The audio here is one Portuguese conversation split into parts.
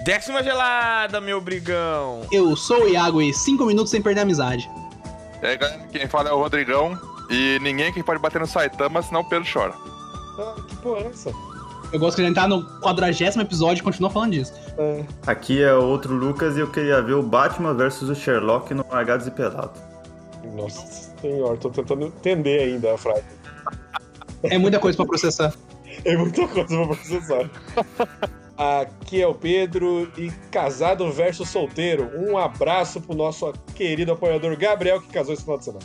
Décima gelada, meu brigão. Eu sou o Iago e 5 minutos sem perder a amizade. E aí, galera, quem fala é o Rodrigão. E ninguém aqui pode bater no Saitama, senão o Pedro chora. Ah, que porra é essa? Eu gosto que a gente tá no quadragésimo episódio e continua falando disso. É. Aqui é outro Lucas e eu queria ver o Batman versus o Sherlock no Largados e Pelado. Nossa senhora, tô tentando entender ainda a frase. É muita coisa pra processar. É muita coisa pra processar. Aqui é o Pedro e casado versus solteiro. Um abraço pro nosso querido apoiador Gabriel que casou esse final de Ah. semana.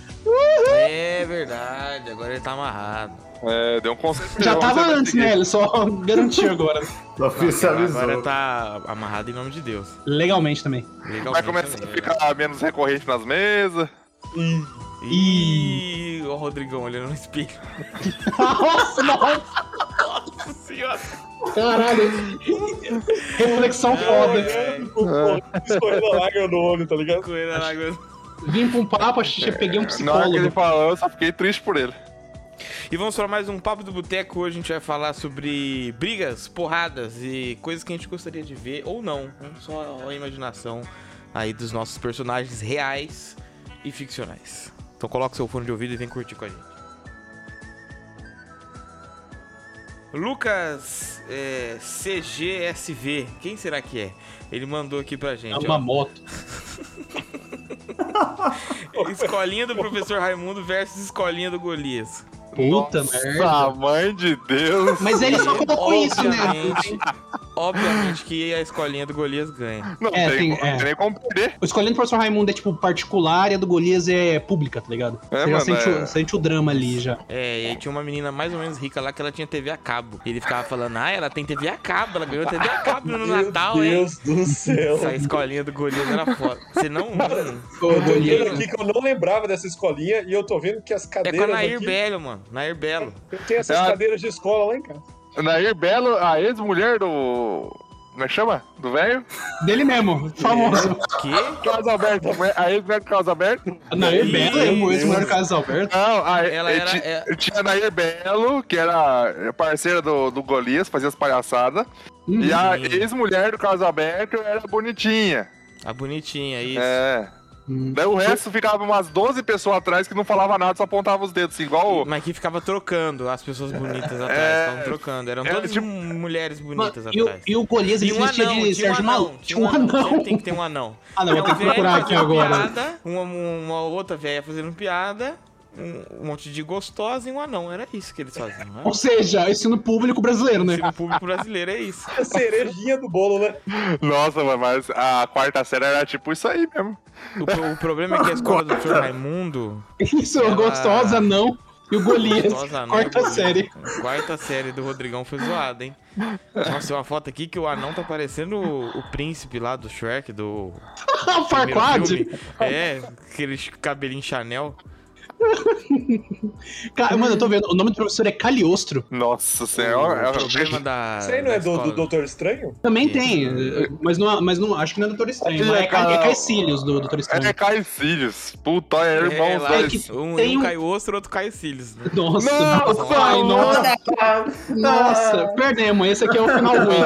É verdade, agora ele tá amarrado. É, deu um conselho. Já Vamos tava ver antes, né? Ele só garantiu agora. Só oficializou. Agora tá amarrado em nome de Deus. Legalmente também. Legalmente Vai começar a também, né? ficar menos recorrente nas mesas. Ih, Ih, ó o Rodrigão olhando no espelho. Nossa, nossa, Nossa senhora. caralho. É, Reflexão foda. velho. o povo escorrendo a lágrima no olho, tá ligado? Coelho na água. Vim pra um papo, achei- peguei um Na hora que ele psicólogo. falou, eu só fiquei triste por ele. E vamos para mais um Papo do Boteco. Hoje a gente vai falar sobre brigas, porradas e coisas que a gente gostaria de ver ou não. né? Só a imaginação aí dos nossos personagens reais e ficcionais. Então coloca seu fone de ouvido e vem curtir com a gente. Lucas é, CGSV, quem será que é? Ele mandou aqui pra É gente. ó. uma moto. Escolinha do professor Raimundo versus escolinha do Golias. Puta merda. "Ah, mãe de Deus. Mas ele só colocou isso, né? Obviamente, obviamente que a escolinha do Golias ganha. Não, É, tem, tem- é. não tem nem como perder. O escolhendo o professor Raimundo é tipo particular e a do Golias é pública, tá ligado? É, Você já mano, sente, é. o, sente o drama ali já. É, e aí tinha uma menina mais ou menos rica lá que ela tinha TV a cabo. E ele ficava falando, ah, ela tem TV a cabo, ela ganhou TV a cabo no Natal, Meu hein? Deus do céu. Essa escolinha do Golias era foda. Você não. O Tô vendo Golias. um aqui que eu não lembrava dessa escolinha e eu tô vendo que as É cadeiras. com a Nair aqui- Belo, mano. Nair Belo. Tem essas Ah. Tá. cadeiras de escola lá em casa. Nair Belo, a ex-mulher do. Como é que chama? Do velho? Dele mesmo, famoso. Que? Carlos Alberto. A ex-mulher do Carlos Alberto? Não, é belo, eu conheço o Deus. maior caso Alberto. Não, a, Ela era- ti- é- tinha a Nair Belo, que era parceira do, do Golias, fazia as palhaçadas. E a ex-mulher do Carlos Alberto era bonitinha. A bonitinha, isso. É. Hum. Daí o resto ficava umas 12 pessoas atrás que não falava nada, só apontava os dedos, assim, igual. o- Mas que ficava trocando, as pessoas bonitas atrás, É. estavam trocando. Eram Era todas tipo- mulheres Mano, bonitas e, o, atrás. e o Golias ele Tinha um vestia anão, de tinha um Sérgio anão, Maluco. tinha um anão. Sempre tem que ter um anão. Ah, não, É vou ter um que velho procurar aqui fazendo agora. piada, uma, uma outra velha fazendo piada, um, um monte de gostosa e um anão. Era isso que eles faziam. Né? Ou seja, ensino público brasileiro, né? Ensino público brasileiro é isso. A cerejinha do bolo, né? Uhum. Nossa, mano, mas a quarta série era tipo isso aí mesmo. O, pro- o problema é que a escola do Sr. Raimundo. Isso, é Ela- gostosa não. E o Golias, gostosa né? anão, quarta série. Quarta série do Rodrigão foi zoada, hein? Nossa, tem uma foto aqui que o anão tá parecendo o, o príncipe lá do Shrek, do. Ah, o primeiro Farquad. filme. É, aquele cabelinho Chanel. Ca- Mano, eu tô vendo, o nome do professor é Caliostro. Nossa o senhora. é, problema da. Isso aí não é Ah, da do, escola. do Doutor Estranho? Também Isso. tem, eh, mas não, mas não acho que não é Doutor Estranho. Ele mas é é, Ca- ca- é Caecilius do Doutor É Estranho. Caicílios. Puta, é irmão É, os lá, dois. que- um, tem um um- cai o ostro, outro cai o cílios. Né? Nossa, Nossa, ai, nossa, nossa, perdemos. Esse aqui é o final ruim.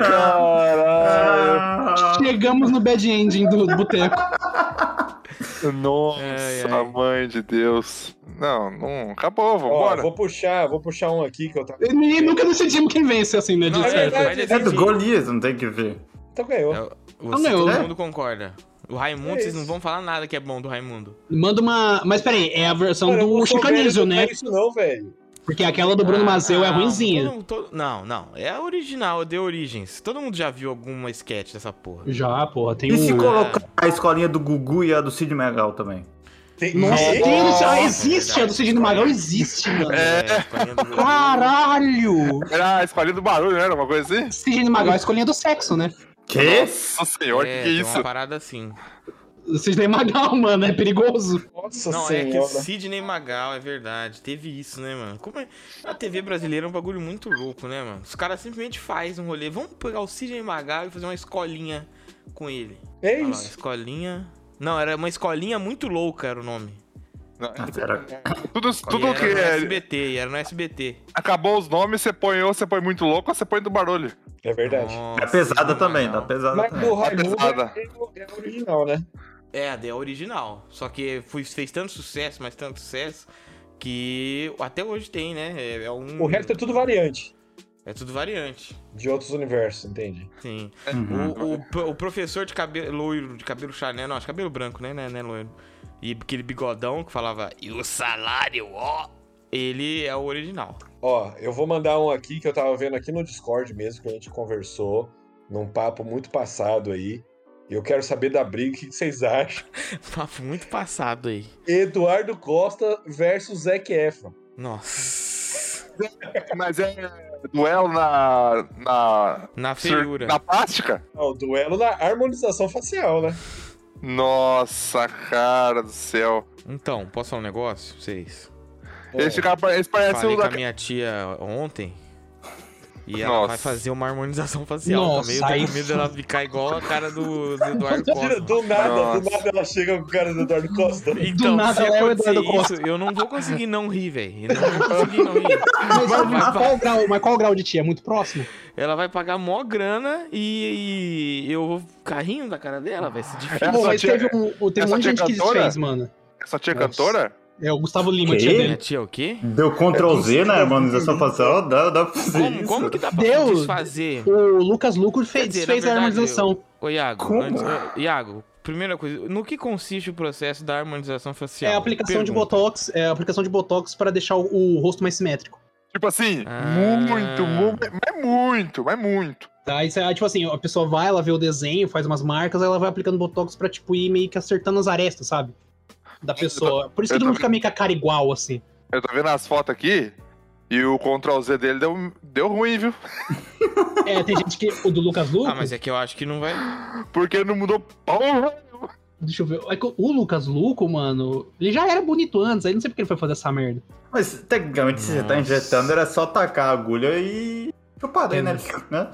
Ah, Caralho. Chegamos no bad ending do boteco. Nossa, Ai, ai. mãe de Deus. Não, não. Acabou, Ó, vambora. vou puxar, vou puxar um aqui que eu tava. Ah, E nunca decidimos quem vence, assim, né? de Não, é certo. verdade, mas É do assim, Golias, não tem que ver. Então ganhou. é, Não Você, ganhou, todo né? mundo concorda. O Raimundo, É vocês não isso. vão falar nada que é bom do Raimundo. Manda uma. Mas peraí, é a versão Cara, eu não do sou Chicanísio, velho, não né? é isso não, velho. Porque aquela do Bruno Ah, Mazeu é não, ruinzinha. todo- todo- não, não. É a original, de Origens. Todo mundo já viu alguma sketch dessa porra. Já, porra, tem E se é. um. colocar a escolinha do Gugu e a do Cid Megal também? Tem- Nossa, É, tem isso, ah, Nossa, existe, verdade. a do Sidney Magal existe, mano. É, escolinha do- Caralho! Era a escolinha do barulho, não era uma coisa assim? Sidney Magal é a escolinha do sexo, né? Que? Nossa senhora, É, que tem isso? uma parada assim. Sidney Magal, mano, é perigoso. Nossa não, é que o senhora. Sidney Magal, é verdade. Teve isso, né, mano? Como é... A TV brasileira é um bagulho muito louco, né, mano? Os caras simplesmente fazem um rolê. Vamos pegar o Sidney Magal e fazer uma escolinha com ele. É Olha lá, isso. escolinha. Não, era uma escolinha muito louca, era o nome. Não, Era... é Tudo, tudo era que no é- SBT, e era no SBT. acabou os nomes, você põe ou você põe muito louco ou você põe do barulho. É verdade. É Nossa, pesada não, também, não. dá pesada Mas do também. Raimundo Pesada. é, o- é o original, né? É, a The original. Só que fui- fez tanto sucesso, mas tanto sucesso, que até hoje tem, né? É, é um. O resto é tudo variante é tudo variante. de outros universos, entende? Sim. Hum. Uhum. É, O, o pro- o professor de cabelo loiro, de cabelo chanel, não, de cabelo branco, né, né, né, loiro. E aquele bigodão que falava, e o salário, ó, ele é o original. Ó, eu vou mandar um aqui que eu tava vendo aqui no Discord mesmo, que a gente conversou num papo muito passado aí. E eu quero saber da briga, o que que vocês acham? Papo muito passado aí. Eduardo Costa versus Zac Efron. Nossa. Mas é duelo na. na. Na sur- feiura. na plástica? Ó, o duelo na harmonização facial, né? Nossa, cara do céu. Então, posso falar um negócio pra vocês? Eles, ficaram, pa- eles parecem Falei o com da. a minha tia ontem. E ela Nossa. vai fazer uma harmonização facial Nossa, também. Eu tô aí- com medo dela ficar igual a cara do, do Eduardo Costa. Do nada, do Nossa. nada ela chega com o cara do Eduardo Costa. Então, nada se ela é é o acontecer Eduardo Costa. isso, eu não vou conseguir não rir, velho. Eu não vou conseguir não rir. Mas, Vai- vai- mas qual o grau, mas qual o grau de tia? É muito próximo? Ela vai pagar mó grana e, e eu vou ficar rindo da cara dela, vai ser difícil. Bom, sua mas tia- teve um, um- teve um essa monte de tia gente que isso cantora? fez, mano. Essa tia Nossa. cantora? É o Gustavo Lima, Que? tia Minha dele. tia é o quê? é Deu Ctrl Z né, na harmonização facial, dá, dá pra fazer Como, isso. como que dá pra Deus. desfazer? O Lucas Luco Quer fez, dizer, na fez a verdade, harmonização. Ô, Iago, Como? antes- ô, Iago, primeira coisa, no que consiste o processo da harmonização facial? É a aplicação de Pergunta. Botox, é a aplicação de Botox pra deixar o, o rosto mais simétrico. Tipo assim, Ah. muito, muito, mas muito, mas muito. Tá? Isso é, tipo assim, a pessoa vai, ela vê o desenho, faz umas marcas, aí ela vai aplicando Botox pra, tipo, ir meio que acertando as arestas, sabe? Da pessoa. Por isso que eu todo mundo tô- fica meio com a cara igual, assim. Eu tô vendo as fotos aqui e o Ctrl Z dele deu, deu ruim, viu? É, tem gente que. O do Lucas Luco. Ah, mas é que eu acho que não vai. Né? Porque não mudou porra. Deixa eu ver. é que O Lucas Luco, mano, ele já era bonito antes, aí não sei porque ele foi fazer essa merda. Mas tecnicamente, se você tá Nossa. injetando, era só tacar a agulha e. Eu parei, né? né?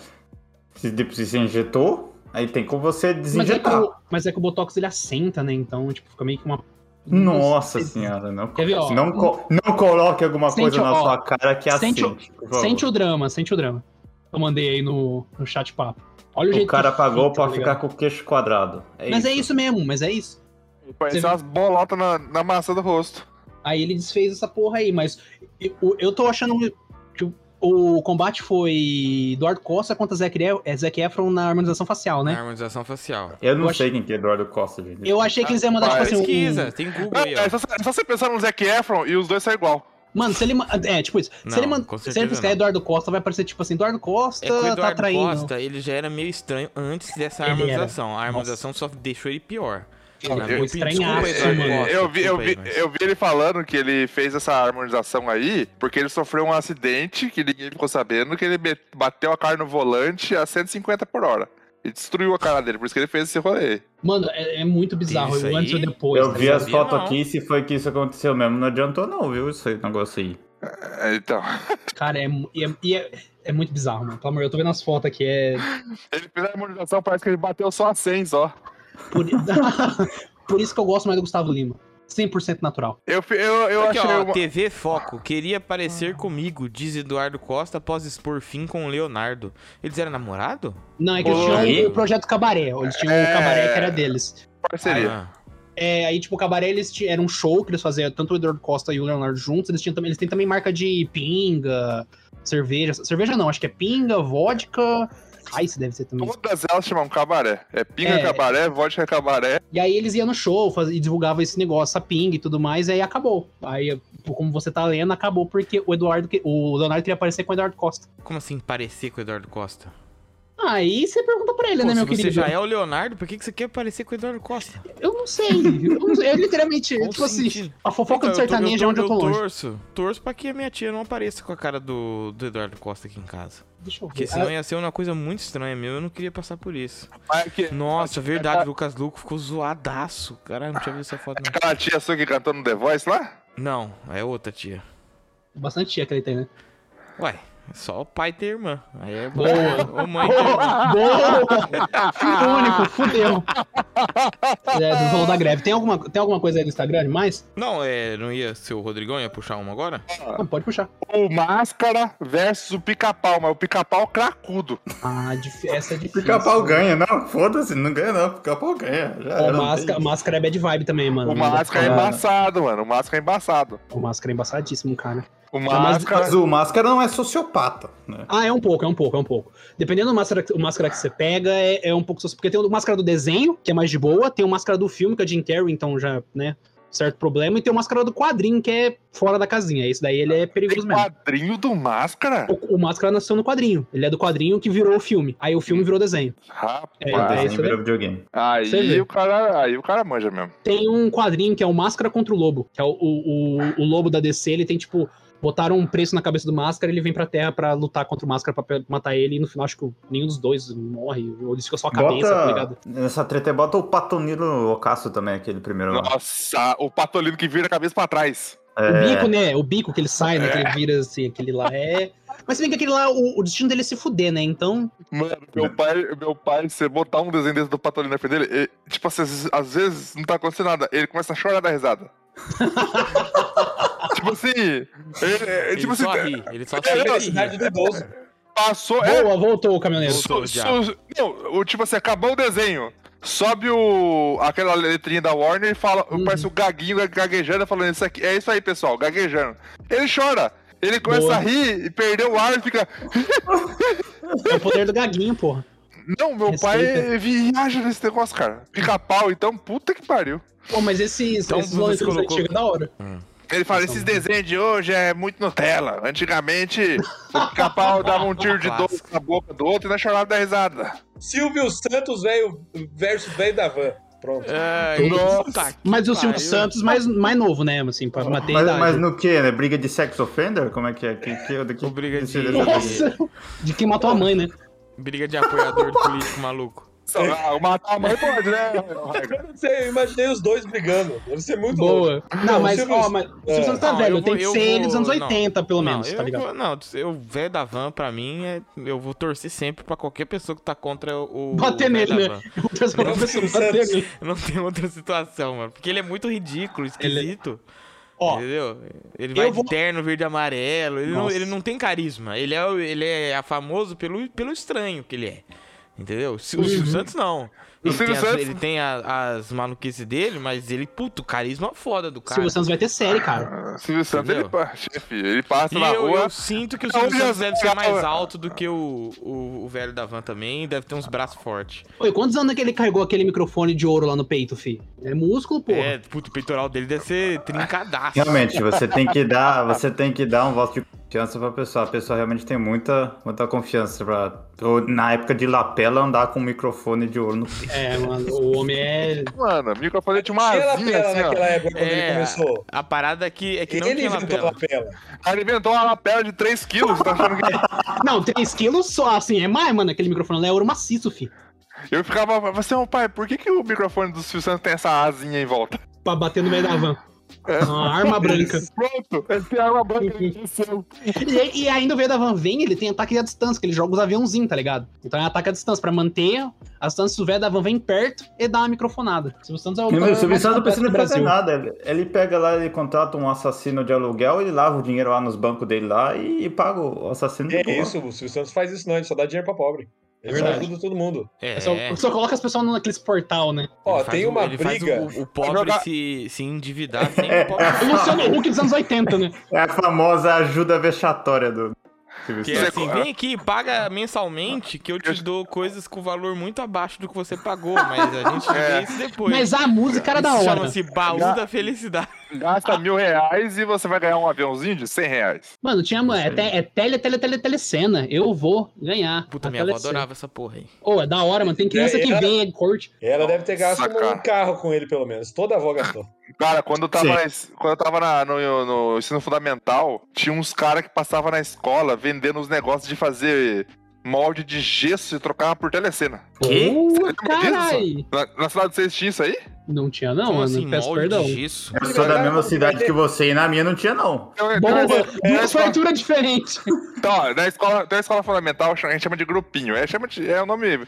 Se depois você injetou, aí tem como você Mas é, que desinjetar. o, mas é que o Botox ele assenta, né? Então, tipo, fica meio que uma. Nossa senhora, não, Quer ver, ó? não, co- não coloque alguma Sente, coisa na ó, sua cara que é assim, sente, assente. o- sente o drama, sente o drama. Eu mandei aí no, no chat papo. Olha o, o jeito cara que pagou fica, pra tá ficar ligado? com o queixo quadrado. É mas isso. é isso mesmo, mas é isso. Parecia Você- umas bolotas na, na maçã do rosto. Aí ele desfez essa porra aí, mas eu, eu tô achando que o- o combate foi Eduardo Costa contra Zac, E- é, Zac Efron na harmonização facial, Na né? harmonização facial. Eu não Eu acho- sei quem que é Eduardo Costa, gente. Eu achei que eles iam mandar, tipo Vai. assim, um- Pesquisa, tem Google aí, ó. É só, é só você pensar no Zac Efron e os dois são igual. Mano, se ele. ma- É, tipo isso. Não, se ele, man... com se certeza ele piscar não. Eduardo Costa, vai aparecer tipo assim: Eduardo Costa É que o tá Eduardo traindo. Costa, ele já era meio estranho antes dessa Ele era. harmonização. A harmonização só deixou ele pior. Ele Na ficou minha opinião- estranhaço, Desculpa, Eduardo mano. Costa, eu, vi, eu, é, desculpa vi, aí, mas- eu vi ele falando que ele fez essa harmonização aí porque ele sofreu um acidente que ninguém ficou sabendo, que ele be- bateu a cara no volante a 150 por hora. E destruiu a cara dele, por isso que ele fez esse rolê. Mano, é, é muito bizarro. Isso o antes e o aí, depois. Eu tá vi ligado? as sabia, fotos não. aqui, se foi que isso aconteceu mesmo, não adiantou não, viu? Isso aí, negócio aí. É, Então, Cara, é, mu- e é, e é, é muito bizarro, mano. Pelo amor, eu tô vendo as fotos aqui. É. ele fez a harmonização, parece que ele bateu só a 100 só. Por, Por isso que eu gosto mais do Gustavo Lima. 100% natural. Eu, fi- eu, eu Aqui, achei ó, uma... TV Foco. Queria aparecer comigo, diz Eduardo Costa após expor fim com Leonardo. Eles eram namorado? Não, é que eles Pô, aí- tinham o projeto Cabaré. Eles tinham o É. Cabaré que era deles. parceria. Ah, É, aí, tipo, o Cabaré eles ti- era um show que eles faziam, tanto o Eduardo Costa e o Leonardo juntos. Eles, tinham, também- eles têm também marca de pinga, cerveja. Cerveja não, acho que é pinga, vodka. Ai, isso deve ser também. Todas elas chamam cabaré. É pinga É. cabaré, vodka cabaré. E aí eles iam no show faz- e divulgavam esse negócio, essa pinga e tudo mais, e aí acabou. Aí, como você tá lendo, acabou porque o Eduardo, que- o Leonardo queria aparecer com o Eduardo Costa. como assim parecer com o Eduardo Costa? Aí você pergunta pra ele, Pô, né, se meu você querido? já é o Leonardo, por que, que você quer parecer com o Eduardo Costa? Eu não sei, eu, não sei, eu literalmente, Qual tipo o assim, sentido? a fofoca do Então, eu tô- sertanejo é onde eu tô longe. Torço, torço pra que a minha tia não apareça com a cara do, do Eduardo Costa aqui em casa. Deixa eu ver. Porque senão ia ser uma coisa muito estranha, meu. Eu não queria passar por isso. Mas que- Nossa, é Ah. verdade, o Lucas Luco ficou zoadaço. Caralho, não tinha visto essa foto, não. Aquela tia sua que cantou no The Voice lá? Não, é outra tia. Ah, Bastante tia que ele tem, né? Ué, Só o pai ter irmã. Aí é bom. Boa. Ô, mãe ter irmã. Boa! Filho único, fudeu. É, você falou da greve. Tem alguma, tem alguma coisa aí no Instagram mais? Não, é, não ia ser o Rodrigão? Ia puxar uma agora? Não, Ah, pode puxar. O Máscara versus o Pica-Pau, mas o Pica-Pau cracudo. Ah, dif- essa é difícil. Pica-pau ganha, não. Foda-se, não ganha não. Pica-pau ganha. Já Pô, era, não máscara, máscara é bad vibe também, mano. O Máscara é cara. embaçado, mano. O Máscara é embaçado. O máscara é embaçadíssimo, cara. O tem. Máscara... Mas o Máscara não é sociopata, né? Ah, é um pouco, é um pouco, é um pouco. Dependendo do máscara, o máscara que você pega, é, é um pouco. sus- Porque tem o máscara do desenho, que é mais de boa, tem o máscara do filme, que é Jim Carrey, então já, né? Certo problema, e tem o máscara do quadrinho, que é fora da casinha. Esse daí ele é perigoso Tem mesmo. quadrinho do Máscara? O, o máscara nasceu no quadrinho. Ele é do quadrinho que virou o filme. Aí o filme virou desenho. É, Pô, é Rapaz. desenho isso virou videogame. Você Aí vê. o, cara, aí o cara manja mesmo. Tem um quadrinho que é o Máscara contra o Lobo. Que é o, o, o- o lobo da DC, ele tem, tipo, botaram um preço na cabeça do Máscara, ele vem pra Terra pra lutar contra o Máscara pra pe- matar ele, e no final acho que nenhum dos dois morre, ou eles ficam só a cabeça, tá ligado? Bota... Nessa treta aí, bota o Patonilo Ocasso também, aquele primeiro lá. Nossa, o patolino que vira a cabeça pra trás. O É, bico, né? O bico que ele sai, né? Que ele vira assim, aquele lá é. Mas se bem que aquele lá, o, o destino dele é se fuder, né? Então. Mano, meu pai, meu pai, se você botar um desenho desse do patolino na frente dele, ele- tipo assim, às vezes- às vezes não tá acontecendo nada. Ele começa a chorar da risada. tipo assim. ele- é, Ele tipo assim, só ri. Ele só É, chega não, e ri. Cidade do idoso. passou. é, Boa, voltou o caminhoneiro. Voltou. Su- já. su- não, o tipo assim, acabou o desenho. Sobe o, aquela letrinha da Warner e fala, Uhum. parece o gaguinho ga- gaguejando, falando isso aqui. É isso aí, pessoal, gaguejando. Ele chora. Ele começa Boa. a rir e perdeu o ar e fica. É o poder do Gaguinho, porra. Não, meu Respeita. pai viaja nesse negócio, cara. Fica pau, então, puta que pariu. Pô, mas esses, Então, esses você lances colocou- chega é da hora. Ele fala: esses desenhos de hoje é muito Nutella. Antigamente, o pica-pau dava um tiro de doce na boca do outro e não chorava da risada. Silvio Santos velho versus velho da van. Pronto. Ai, Nossa. Mas o que Silvio pariu. Santos mais, mais novo, né? Assim, pra manter a Mas, idade. mas no que, né? Briga de sex offender? Como é que é? Que, que, que, que, Briga de- seria essa briga? Nossa! De quem matou a mãe, né? Briga de apoiador de político maluco. Só, ah, matar a mãe pode, né? Eu não sei, eu imaginei os dois brigando. Deve ser muito louco. Boa. Não, mas, Silvio- ó, mas o Silvio É. Santos tá Não, velho. eu Tem vou- que eu ser ele dos anos vou- não. 80, pelo menos, eu tá ligado? Vou, não, eu velho da van, pra mim, é, eu vou torcer sempre pra qualquer pessoa que tá contra o. Bater o velho nele, da né? van. Eu vou transformar Não, o pessoal Silvio bater Santos. nele. Não tem outra situação, mano. Porque ele é muito ridículo, esquisito. Ó, entendeu? Ele vai vou- de terno, verde e amarelo. Ele não, Nossa. ele não tem carisma. Ele é, o- ele é famoso pelo, pelo estranho que ele é. Entendeu? O Sil- o Silvio Uhum. Santos não. Ele tem, Silvio as, Santos- ele tem a- as maluquices dele, mas ele, puto, carisma foda do cara. Silvio Santos vai ter série, cara. Ah, Silvio Santos, ele, Entendeu? pa- chefe, ele passa E na eu, rua. eu sinto que o Não, Silvio Santos Jesus, deve ser mais cara. alto do que o, o, o velho da van também. Deve ter uns braços fortes. Oi, quantos anos é que ele carregou aquele microfone de ouro lá no peito, fi? É músculo, porra. É, puto, o peitoral dele deve ser trincadaço. Realmente, você tem que dar, você tem que dar um voto de confiança pra pessoa. A pessoa realmente tem muita, muita confiança pra. ou, na época de lapela andar com um microfone de ouro no É, mano, o homem é. Mano, microfone tinha uma Tinha asinha lapela assim, ó. naquela época quando ele É, começou. A parada aqui é que não Ele tinha inventou a lapela. lapela. Aí ele inventou uma lapela de 3 quilos, tá achando que... Não, 3 quilos só, assim, é mais, mano. Aquele microfone lá é ouro maciço, fi. Eu ficava, você, assim, "Ô, pai, por que, que o microfone do Silvio Santos tem essa asinha em volta? Pra bater no meio da van. É. Uma arma branca. Pronto, esse é uma branca que cresceu. E, e ainda o veio da Van vem, ele tem ataque à distância, que ele joga os aviãozinhos, tá ligado? Então é ataque à distância, pra manter a distância, se o velho da Van vem perto e dá uma microfonada. Se o Santos é o Meu, cara o Silvio mais Santos não completo precisa do fazer nada. Ele- Ele pega lá, ele contrata um assassino de aluguel, ele lava o dinheiro lá nos bancos dele lá e, e paga o assassino de É boa. isso, o Silvio Santos faz isso não, ele só dá dinheiro pra pobre. Ele É só verdade. ajuda todo mundo. É, É Só, só coloca as pessoas naqueles portal, né? Ó, Ele faz tem o- uma ele faz briga. o, o pobre Joga- se, se endividar sem o pobre. O Luciano Huck dos anos 80, né? É a famosa ajuda vexatória do Silvio Que Santos. é Você assim, co- vem aqui, paga mensalmente que eu te dou coisas com valor muito abaixo do que você pagou, mas a gente vê isso depois. Mas a música era da Isso hora. chama-se baú da felicidade. Gasta mil reais e você vai ganhar um aviãozinho de 100 reais. Mano, tinha. Mano, é, te, é tele, tele, tele, telecena. Eu vou ganhar. Puta, a minha avó telecena. adorava essa porra aí. Ô, é da hora, mano. Tem criança que Era- vem, é corte. Ela deve ter gasto Nossa, um cara. carro com ele, pelo menos. Toda avó gastou. Cara, quando eu tava, Sim. na es- quando eu tava na- no, no ensino fundamental, tinha uns caras que passavam na escola vendendo os negócios de fazer molde de gesso e trocava por telecena. Quê? Pô, Você lembra disso? Caralho. Na, na cidade de vocês tinha isso aí? Não tinha, não, Como Ana. assim, peço molde perdão. de gesso? Eu sou da mesma cidade que você e na minha não tinha, não. Então, Bomba! então, Duas farturas diferentes. Então, ó, na escola, na escola fundamental a gente chama de grupinho. É, chama de- é o nome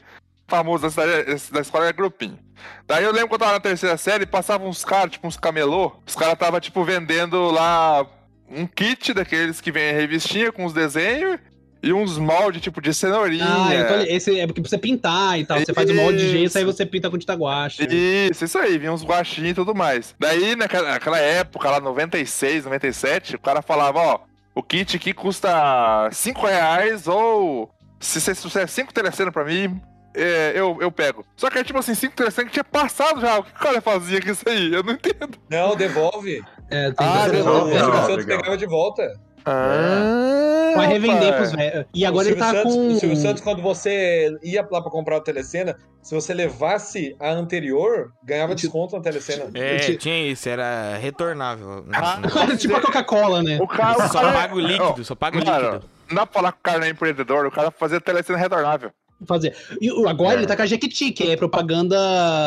famoso da, cidade, da escola é grupinho. Daí eu lembro quando eu tava na terceira série, passavam uns caras, tipo uns camelô. Os caras tava tipo, vendendo lá um kit daqueles que vem em revistinha com os desenhos e uns moldes, tipo, de cenourinha. Ah, então esse é porque precisa pintar e tal. Você faz o molde de gesso, Isso. aí você pinta com tinta guache. Isso, isso aí, vinha uns guaxinhos e tudo mais. Daí, naquela, naquela época, lá 96, 97, o cara falava, ó, o kit aqui custa 5 reais ou se você trouxer 5 telecena pra mim, é, eu, eu pego. Só que é tipo assim, 5 telecena que tinha passado já, o que o cara fazia com isso aí? Eu não entendo. Não, devolve. É, tem Ah, que ser devolve. O Silvio legal, Santos legal. pegava de volta. Ah, Vai revender pros velhos. E agora o ele Silvio tá Santos, com. O Silvio Santos, quando você ia lá pra comprar o Telecena, se você levasse a anterior, ganhava desconto na Telecena. É, Eu te- tinha isso, era retornável. Ah, tipo a Coca-Cola, né? O cara, o Só cara paga o líquido, só paga o Mano, líquido. não dá pra falar com o cara não é empreendedor, o cara fazia telecena retornável. Fazer. E o- agora É. ele tá com a Jequiti, que é propaganda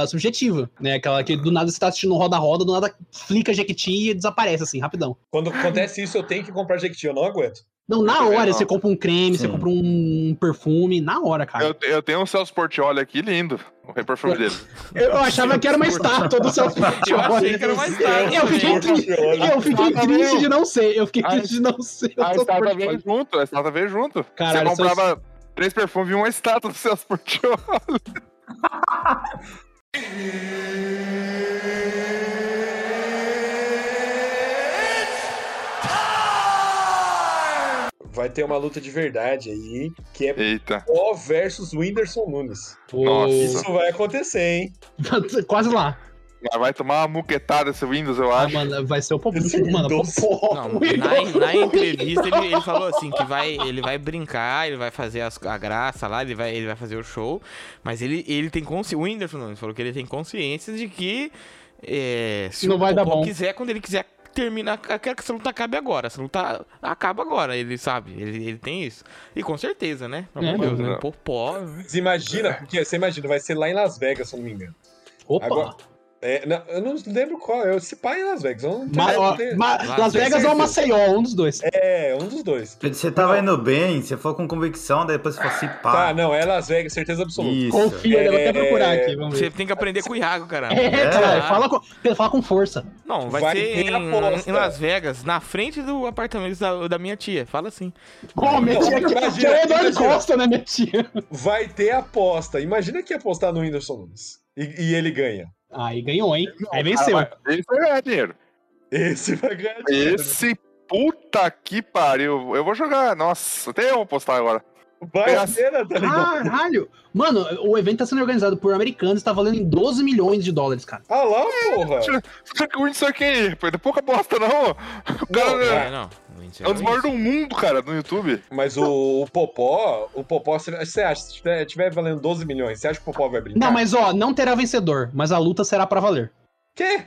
subjetiva, né? Aquela que do nada você tá assistindo roda-roda, do nada flica Jequiti e desaparece, assim, rapidão. Quando acontece isso, eu tenho que comprar Jequiti, eu não aguento. Não, na também hora não. você compra um creme, você Sim. compra um perfume, na hora, Ah. cara. Eu, eu tenho um Celso Portioli aqui lindo, o perfume dele. Eu, achava que era uma estátua do Celso Eu Portioli. achei que era mais tarde. Eu fiquei, também. é triste, eu fiquei Estátua triste veio- de não ser. Eu fiquei A- triste de não ser. o A Celso estátua Portioli. veio tá junto, a estátua veio junto. Caralho, Você comprava três perfumes e uma estátua do Celso Portioli. Vai ter uma luta de verdade aí, que é Eita. Pó versus Whindersson Nunes. Pô, Nossa. Isso vai acontecer, hein? Quase lá. Mas Vai tomar uma muquetada esse Windows, eu Ah, acho. mano, vai ser o Pop. Esse Mano, Windows. Pop. Não, na, é na entrevista ele, ele falou assim que vai, ele vai brincar, ele vai fazer as- a graça lá, ele vai, ele vai fazer o show, mas ele, ele tem consciência. O Whindersson Nunes falou que ele tem consciência de que é, se Não o vai dar Popó bom. quiser, quando ele quiser termina, eu quero que essa luta acabe tá, agora, essa luta acaba agora, ele sabe, ele, ele tem isso. E com certeza, né? Pelo amor de É. Deus, né? Popó. Mas imagina, porque você imagina, vai ser lá em Las Vegas, se eu não me engano. Opa. Agora- É, não, eu não lembro qual, é eu, se pá em Las Vegas. Eu não tenho, Ma- ó, não tenho- Ma- Las Vegas ou Maceió, um dos dois. É, um dos dois. Você tava indo bem, você foi com convicção, daí depois você falou assim, Ah. Tá, pá. não, é Las Vegas, certeza absoluta. Isso. Confia, né? vou até É, procurar aqui, vamos Você ver. tem que aprender com o Iago, cara. É, cara, Ah. fala com, fala com força. Não, vai, Vai ser ter em, aposta. em Las Vegas, na frente do apartamento da, da minha tia. Fala assim. Pô, minha tia imagina, que é o Eduardo imagina. Costa, né, minha tia? Vai ter aposta. Imagina que ia apostar no Whindersson Nunes. E, e ele ganha. Aí ganhou, hein? Aí venceu. Cara, mas Esse vai ganhar dinheiro. Esse vai ganhar dinheiro. Esse puta que pariu. Eu vou jogar. Nossa, até eu vou postar agora. Vai a cena, tá ligado? Caralho! Mano, o evento tá sendo organizado por americanos e tá valendo em 12 milhões de dólares, cara. Ah lá, porra. Só que o Windows aqui aí, rapaz. Não é pouca bosta, não. O Não, cara É, não. Gente, é um dos maiores do mundo, cara, no YouTube. Mas o, o Popó, o Popó, você você acha, se tiver, tiver valendo 12 milhões, você acha que o Popó vai brincar? Não, mas ó, não terá vencedor, mas a luta será pra valer. Quê?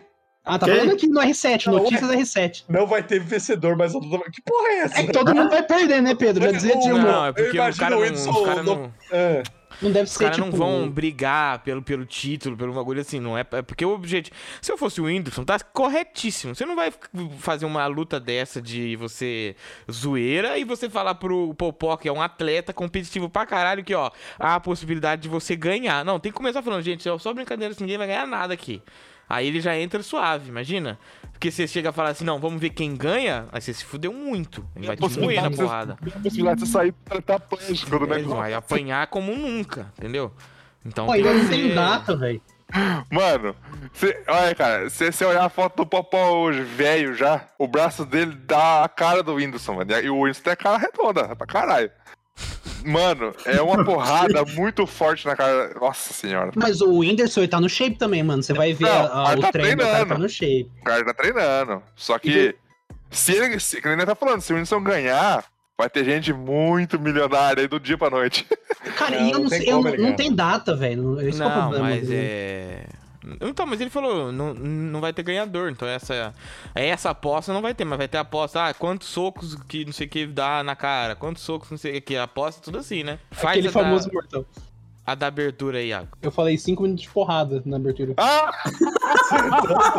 Ah, tá Quê? falando aqui no R7, Não, notícias R7. Não vai ter vencedor, mas eu tô... Que porra é essa? É que todo mundo vai perder, né, Pedro? Já dizer de Não, uma. não, é Eu porque o imagino cara o não, Edson os caras no- não, É. Ah, Não deve os ser, cara não tipo... vão brigar pelo, pelo título, pelo bagulho assim, não é, é porque o objetivo. Se eu fosse o Whindersson, tá corretíssimo. Você não vai f- fazer uma luta dessa de você zoeira e você falar pro Popó, que é um atleta competitivo pra caralho, que ó, há a possibilidade de você ganhar. Não, tem que começar falando, gente, é só brincadeira, assim, ninguém vai ganhar nada aqui. Aí ele já entra suave, imagina. Porque você chega a falar assim, não, vamos ver quem ganha, aí você se fudeu muito. Ele vai te moer na possibilidade de você- porrada. Tem a possibilidade de você sair pra estar plástico É, do Ele negócio. É, vai apanhar como nunca, entendeu? Então Pô, tem ainda que não ser- tem data, velho. Mano, cê- olha, cara, se você olhar a foto do Popó hoje, velho já, o braço dele dá a cara do Whindersson, mano. E o Whindersson tem a cara redonda, pra caralho. Mano, é uma porrada muito forte na cara. Nossa senhora, Mas o Whindersson ele tá no shape também, mano. Você vai ver Não, a- a- mas o tá treino, o cara tá treinando. no shape. o cara tá treinando. Só que, se ele, se, que nem ele tá falando, se o Whindersson ganhar, vai ter gente muito milionária aí do dia pra noite. Cara, Não, e eu não não, tem sei, eu como não- ele não ganhar. tem data, velho. Esse que é o Não, problema. mas né? é. Então, mas ele falou, não, não vai ter ganhador. Então essa essa aposta não vai ter, mas vai ter aposta, ah, quantos socos que não sei o que dá na cara, quantos socos não sei o que, aposta tudo assim, né? Faz Aquele a da- famoso mortal. A da abertura, Iago. Eu falei 5 minutos de porrada na abertura. Ah!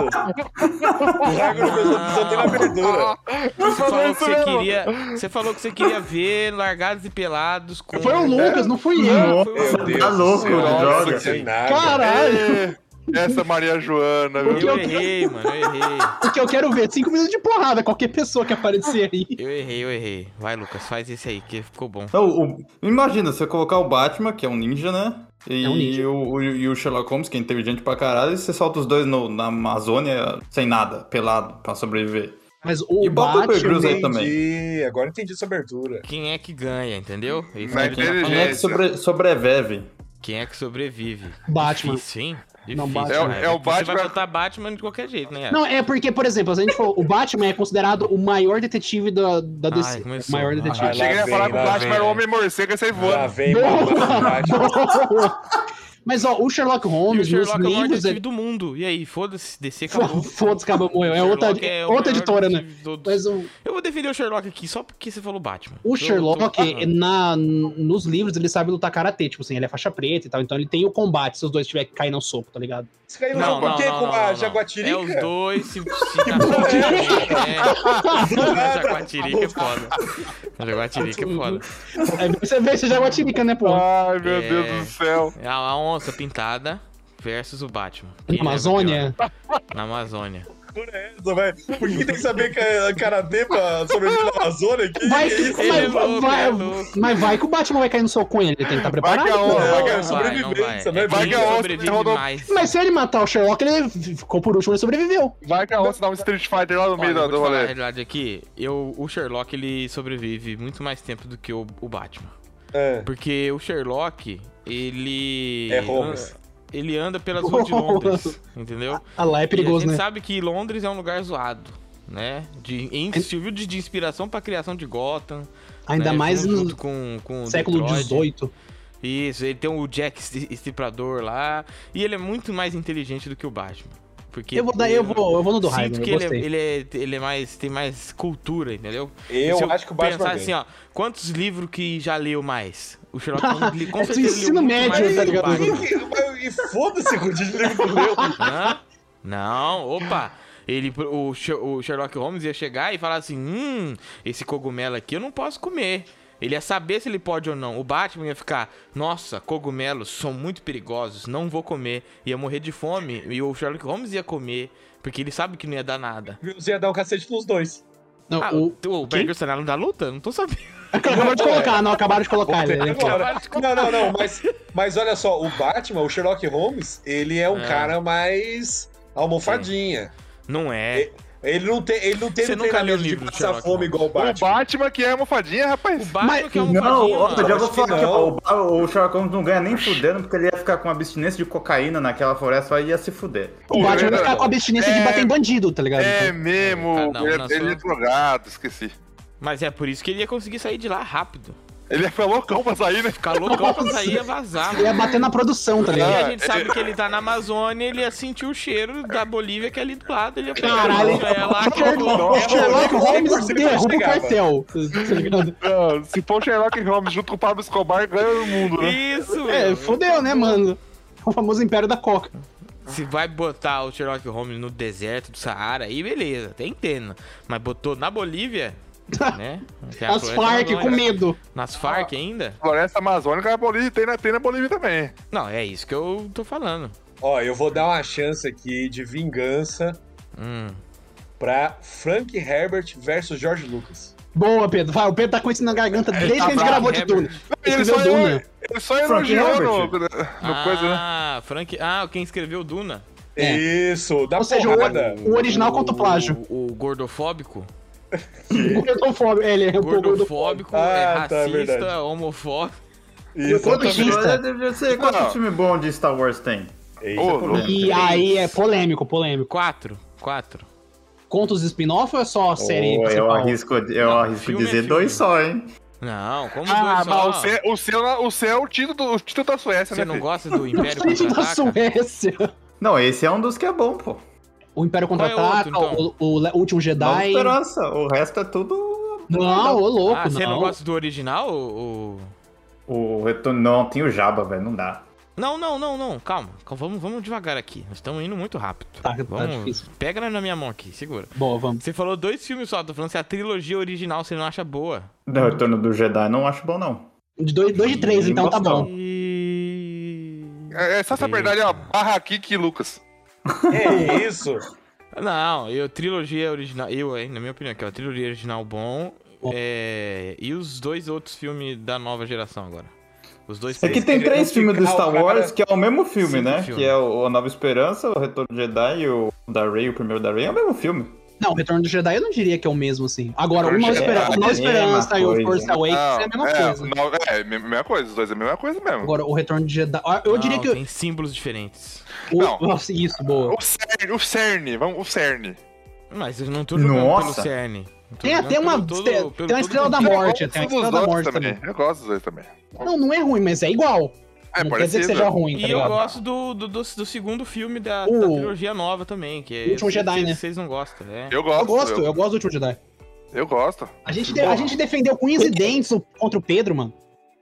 O Iago não pensou Ah. precisa ter na verdura. Eu Você sou falou, que desse você, mesmo. queria, você falou que você queria ver largados e pelados com. Foi o Lucas, não fui eu. Não, Nossa, foi o- Meu Deus. tá do louco, céu. droga. Sem é nada. Caralho, Ê, tá. Essa Maria Joana, O que viu? Eu errei, mano, eu errei. porque eu quero ver 5 minutos de porrada, qualquer pessoa que aparecer aí. Eu errei, eu errei. Vai, Lucas, faz esse aí, que ficou bom. Não, Então, o- imagina, você colocar o Batman, que é um ninja, né? E, É um ninja. O, o- e o Sherlock Holmes, que é inteligente pra caralho, e você solta os dois no- na Amazônia sem nada, pelado, pra sobreviver. Mas o E bota o Bear Grylls aí. Batman, Entendi, agora entendi essa abertura. Quem é que ganha, entendeu? Isso Na que a gente tá falando. Quem é que sobre, sobreveve? Quem é que sobrevive? Batman. Difícil, hein? Difícil, Não, cara. Batman. É o- é o Você Batman- vai botar Batman de qualquer jeito, né? Iago? Não, é porque, por exemplo, se a gente for, o Batman é considerado o maior detetive da, da Ai, DC. começou. maior Ai, detetive. Cheguei a Lá falar vem, que o lá Batman vem. era o homem morcego e saí Lá voando. vem, Boa! babado embaixo. Mas ó, o Sherlock E o Holmes, nos Sherlock é o maior livros. detetive é- do mundo. E aí, foda-se, DC acabou. Fo- Foda-se, acabou, morreu. É outra, Sherlock é o outra maior editora, né? detetive do- do- Mas o, Eu vou defender o Sherlock aqui só porque você falou Batman. Eu o tô- Sherlock, é Ah, na, nos livros, ele sabe lutar karatê. Tipo assim, ele é faixa preta e tal. Então ele tem o combate se os dois tiverem que cair no soco, tá ligado? Você caiu no Não, jogo não, com quem? não, um Com não, a não. É os jaguatirica? dois se. se é, a Jaguatirica é foda. A Jaguatirica é foda. Aí você vê se já é guatirica, né, pô? Ai, meu É. Deus do céu. É A onça pintada versus o Batman. Quem Na leva é pior? Amazônia. Na Amazônia. Nossa, velho, Por que tem que saber que é karatê pra sobreviver na Amazônia aqui? Vai, Que isso? Mas Ele é vai- louco, ele vai- é louco. é Mas vai que o Batman vai cair no soco com ele, ele tem que estar preparado. que a pô. hora. É, Vai, Não, cara, Não vai, não vai. sobrevivência, Vai né? Vai que É. que a onça sobrevive rodou- mais. Mas se ele matar o Sherlock, ele ficou por último, ele sobreviveu. Vai que a onça dá um Street Fighter lá no Olha, meio eu da vou te falar é, a rolê. realidade aqui, eu, o Sherlock ele sobrevive muito mais tempo do que o, o Batman. É. Porque o Sherlock, ele. É Holmes. Ele anda pelas ruas de Londres, entendeu? Ah lá, é e a perigoso, gente né? sabe que Londres é um lugar zoado, né? De, em, serviu de, de inspiração pra criação de Gotham. Ainda né? mais Junto no com, com século Detroit. XVIII. Isso, ele tem o Jack esti- Estiprador lá. E ele é muito mais inteligente do que o Batman. Porque Eu vou dar, eu vou, eu vou no do Sinto Raiden, que eu ele é, gostei. ele, é, ele é mais. tem mais cultura, entendeu? Eu Se acho que o Batman pensar ganha. assim, ó, quantos livros que já leu mais? O Sherlock Holmes li- com É certeza ensino leu muito médio, mais tá que o ligado? Batman. E, e- e foda-se com o livro do meu. Hã? Não, opa. Ele, o, Sher- o Sherlock Holmes ia chegar e falar assim: hum, esse cogumelo aqui eu não posso comer. Ele ia saber se ele pode ou não. O Batman ia ficar, nossa, cogumelos são muito perigosos, não vou comer. Ia morrer de fome e o Sherlock Holmes ia comer, porque ele sabe que não ia dar nada. Você ia dar um cacete nos dois. Não, Ah, o... o, o quem? Berger não dá luta? Não tô sabendo. Acabaram de colocar, não, acabaram de colocar né? ele. é é ele- Agora. Não, não, não, mas, mas olha só, o Batman, o Sherlock Holmes, ele é um É. cara mais almofadinha. Não é. Ele não tem, ele não teve Você nunca leu treinamento o livro de do passar Sherlock fome Holmes. igual o O Batman. Batman que é almofadinha, O rapaz. Batman Mas- que é um Não, fadinho, ó, eu já mano. vou que falar que, não. ó, o Ba- o Sherlock Holmes não ganha nem fudendo, porque ele ia ficar com abstinência de cocaína naquela floresta aí e ia se fuder. O Batman vai ficar com a abstinência de É. bater em bandido, tá ligado? É Então, mesmo, Cada um na ele, ele sua. é drogado, esqueci. Mas é por isso que ele ia conseguir sair de lá rápido. Ele é loucão pra sair, né? Ficar loucão pra Nossa. sair ia vazar, Ele ia bater na produção, tá E ligado? a gente sabe que ele tá na Amazônia, ele ia sentir o cheiro da Bolívia que é ali do lado. Ele ia pegar Caralho. a mulher lá, O Sherlock- acabou. o é, Sherlock Holmes Ele derruba o chegava. cartel, tá ligado? Não, se for o Sherlock Holmes junto com o Pablo Escobar, ganha o mundo, né? Isso, É, mano. fodeu, né, mano? O famoso Império da Coca. É, Se vai botar o Sherlock Holmes no deserto do Saara, aí beleza, até entendo. né? Mas botou na Bolívia, né? Que é a As floresta Farc amazônica. com medo. Nas Farc ainda? Floresta Amazônica, a Bolívia, tem na, tem na Bolívia também. Não, é isso que eu tô falando. Ó, eu vou dar uma chance aqui de vingança Hum. pra Frank Herbert versus George Lucas. Boa, Pedro. Vai, o Pedro tá com isso na garganta desde que a gente bravo, gravou de né, Dune. Ele Escreveu só, é, Duna. ele só Frank elogiou no, Herbert. no ah, coisa, né? Frank. Ah, quem escreveu Duna? É. Isso, dá Ou seja, o- Tá porrada. O original contra o plágio. O, o gordofóbico? Gordofóbico. É, ele é um pouco gordofóbico. Gordofóbico, é Ah, tá, racista, verdade. homofóbico. Isso, Quanto também. Batista. Olha, é deve ser- Quanto Não. filme bom de Star Wars tem? é Eita, Ô, porra. E aí é polêmico, polêmico. Quatro. Quatro. Conta os spin-off ou é só a série Ô, eu principal? arrisco, eu Não, arrisco filme é dizer filme. dois só, hein? Não, como Ah, dois mas só? o seu, o, seu, o seu é o título, do- o título da Suécia, Você né? não filho? gosta do Não tá Império sei da Contra-Ataca? Suécia. Não, esse é um dos que é bom, pô. O Império Qual é outro, Contra-Ataca, então? o, o Le- Último Nova Jedi. Esperança. O resto é tudo. Não, ô louco, Ah, você não. não gosta do original, o... o- O retorno. Não, tem o Jabba, velho. Não dá. Não, não, não, não. Calma. Cal- Vamos, vamos devagar aqui. Nós estamos indo muito rápido. Tá, tá vamos, difícil. Pega na- na minha mão aqui, segura. Bom, vamos. Você falou dois filmes só, tô falando se a trilogia original você não acha boa. O retorno do Jedi não acho bom, não. De dois, dois de três, então tá bom. E... É, é só essa verdade, ó. Barra Kiki e Lucas. É isso. Não, eu trilogia original, eu, hein, na minha opinião, aqui, ó, trilogia original bom. é, e os dois outros filmes da nova geração agora. Os dois É que primeiros. tem Ele três não filmes do ficar Star o cara- Wars que é o mesmo filme, Cinco né? filmes. Que é o A Nova Esperança, o Retorno do Jedi e o da Rey, o primeiro da Rey, é o mesmo filme. Não, o Retorno do Jedi eu não diria que é o mesmo, assim. Agora, o Retorno Nova do Jedi Esperança, o é a Nova mesma Esperança e o coisa. Force Awakens é a Não, mesma coisa. não, Ah, é, me- mesma coisa. Os dois é a mesma coisa mesmo. Agora, o Retorno do Jedi... ah, Eu diria Não, que... o- tem símbolos diferentes. não. Nossa, isso, boa. O CERN, o CERN, vamos, o CERN. Mas eu não tô jogando Nossa. pelo CERN. Eu tô Tem jogando até uma pelo todo- estre- pelo tem uma todo estrela da contexto. Eu Morte, gosto tem a dos Estrela da dois Morte também. Eu gosto dos dois também. Não, não é ruim, mas é igual. É não quer dizer parecido. que seja ruim, tá E eu ligado? gosto do, do, do, do segundo filme da, O- da trilogia nova também, que é. O Último eu sei que Jedi, vocês- né? Vocês não gostam, né? Eu Eu gosto. gosto, Eu, eu gosto do Último Jedi. eu gosto. A gente, de- a gente defendeu com unhas e dentes o- contra o Pedro, mano.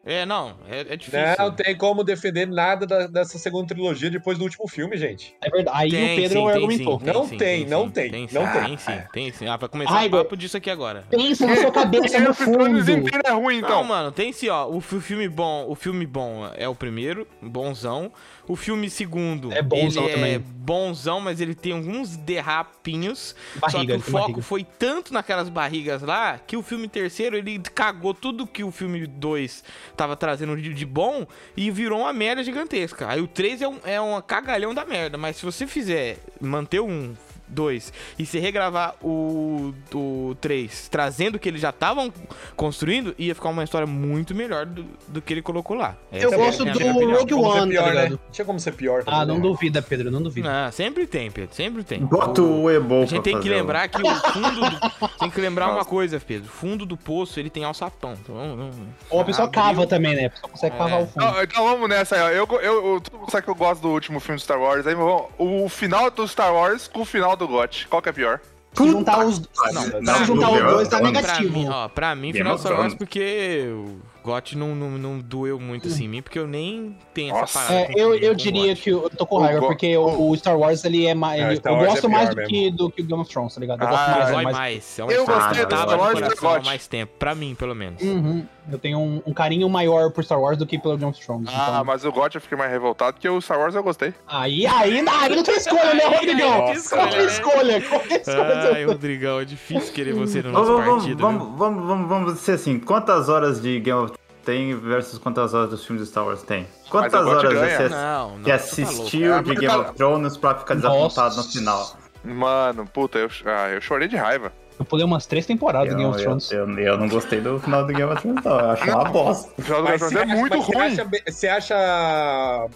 É, não, é, é difícil. Não tem como defender nada da- dessa segunda trilogia depois do último filme, gente. É verdade. Aí Tem, o Pedro sim, tem, argumentou. sim, Não sim, tem, não sim, tem, sim, não tem. Tem sim, tem sim. Ah, vai começar Ai, Então. o papo disso aqui agora. Pensa na sua cabeça, no Esse fundo. filme inteiro é ruim, Não, então. mano, tem sim, ó. O fi- filme bom, o filme bom é o primeiro, bonzão. O filme segundo, É bonzão ele é também. bonzão, mas ele tem alguns derrapinhos. só que Barriga, o tem foco barriga. foi tanto naquelas barrigas lá que o filme terceiro ele cagou tudo que o filme 2 tava trazendo de, de bom e virou uma merda gigantesca. Aí o 3 é um, é um cagalhão da merda, mas se você fizer manter um 2 e se regravar o, o 3 trazendo o que eles já estavam construindo, ia ficar uma história muito melhor do, do que ele colocou lá. Eu Essa é a gosto minha- do minha opinião. Rogue Como ser One, tá pior, né? ligado? Tinha como ser pior. Ah, não também, né? duvida, Pedro, não duvida. Ah, sempre tem, Pedro, sempre tem. Bota o Ebol A gente tem que um. lembrar que o fundo do... Tem que lembrar uma coisa, Pedro. O fundo do poço, ele tem alçapão. Então, vamos- vamos- Ou a pessoa Abriu. cava também, né? A pessoa consegue É. cavar o fundo. Não, então vamos nessa aí, ó. Eu, go- eu, eu, todo mundo sabe que eu gosto do último filme do Star Wars. Aí, mas vamos- o final do Star Wars com o final do GOT. Qual que é pior? Se juntar os, Não, se não, juntar os não, dois, tá não. Pra negativo. mim, ó, pra mim, Game final of Star Wars, Thrones. porque o GOT não, não, não doeu muito assim em mim, porque eu nem tenho essa Nossa. parada. É, com eu, filme, eu com diria GOT. que eu tô com O raiva, Go- porque o, o Star Wars, ele é mais. É, ele- Star eu Wars é gosto pior mais do mesmo. que, do que o Game of Thrones, tá ligado? Eu Ah, gosto mais. Mas é dói mais- mais. É uma Eu história gostei que tava do no Lord coração há Scott. mais tempo. Pra mim, pelo menos. Uhum. Eu tenho um, um carinho maior por Star Wars do que pelo Game of Thrones. Ah, então- mas o GOT eu fiquei mais revoltado, porque o Star Wars eu gostei. Aí, aí, aí não tem escolha, né, Rodrigão? Aí não tem escolha, Qual que é a né? escolha? Qual que é a escolha? Ai, Rodrigão, é difícil querer Hum. você no Vamos, nosso vamos, partido. né? viu? vamos, vamos, vamos, vamos dizer assim, quantas horas de Game of Thrones tem versus quantas horas dos filmes do Star Wars tem? Quantas agora te horas ganha. você Não, não. que você tá louco. assistiu cara. de Game of Thrones pra ficar desapontado no Nossa. final? Mano, puta, eu, ah, eu chorei de raiva. Eu pulei umas três temporadas Eu, do Game of eu, Thrones. eu, eu não gostei do final do Game of Thrones, não. Eu acho uma bosta. O final do Mas Game of você Thrones é acha- muito mas você ruim. acha be- Você acha,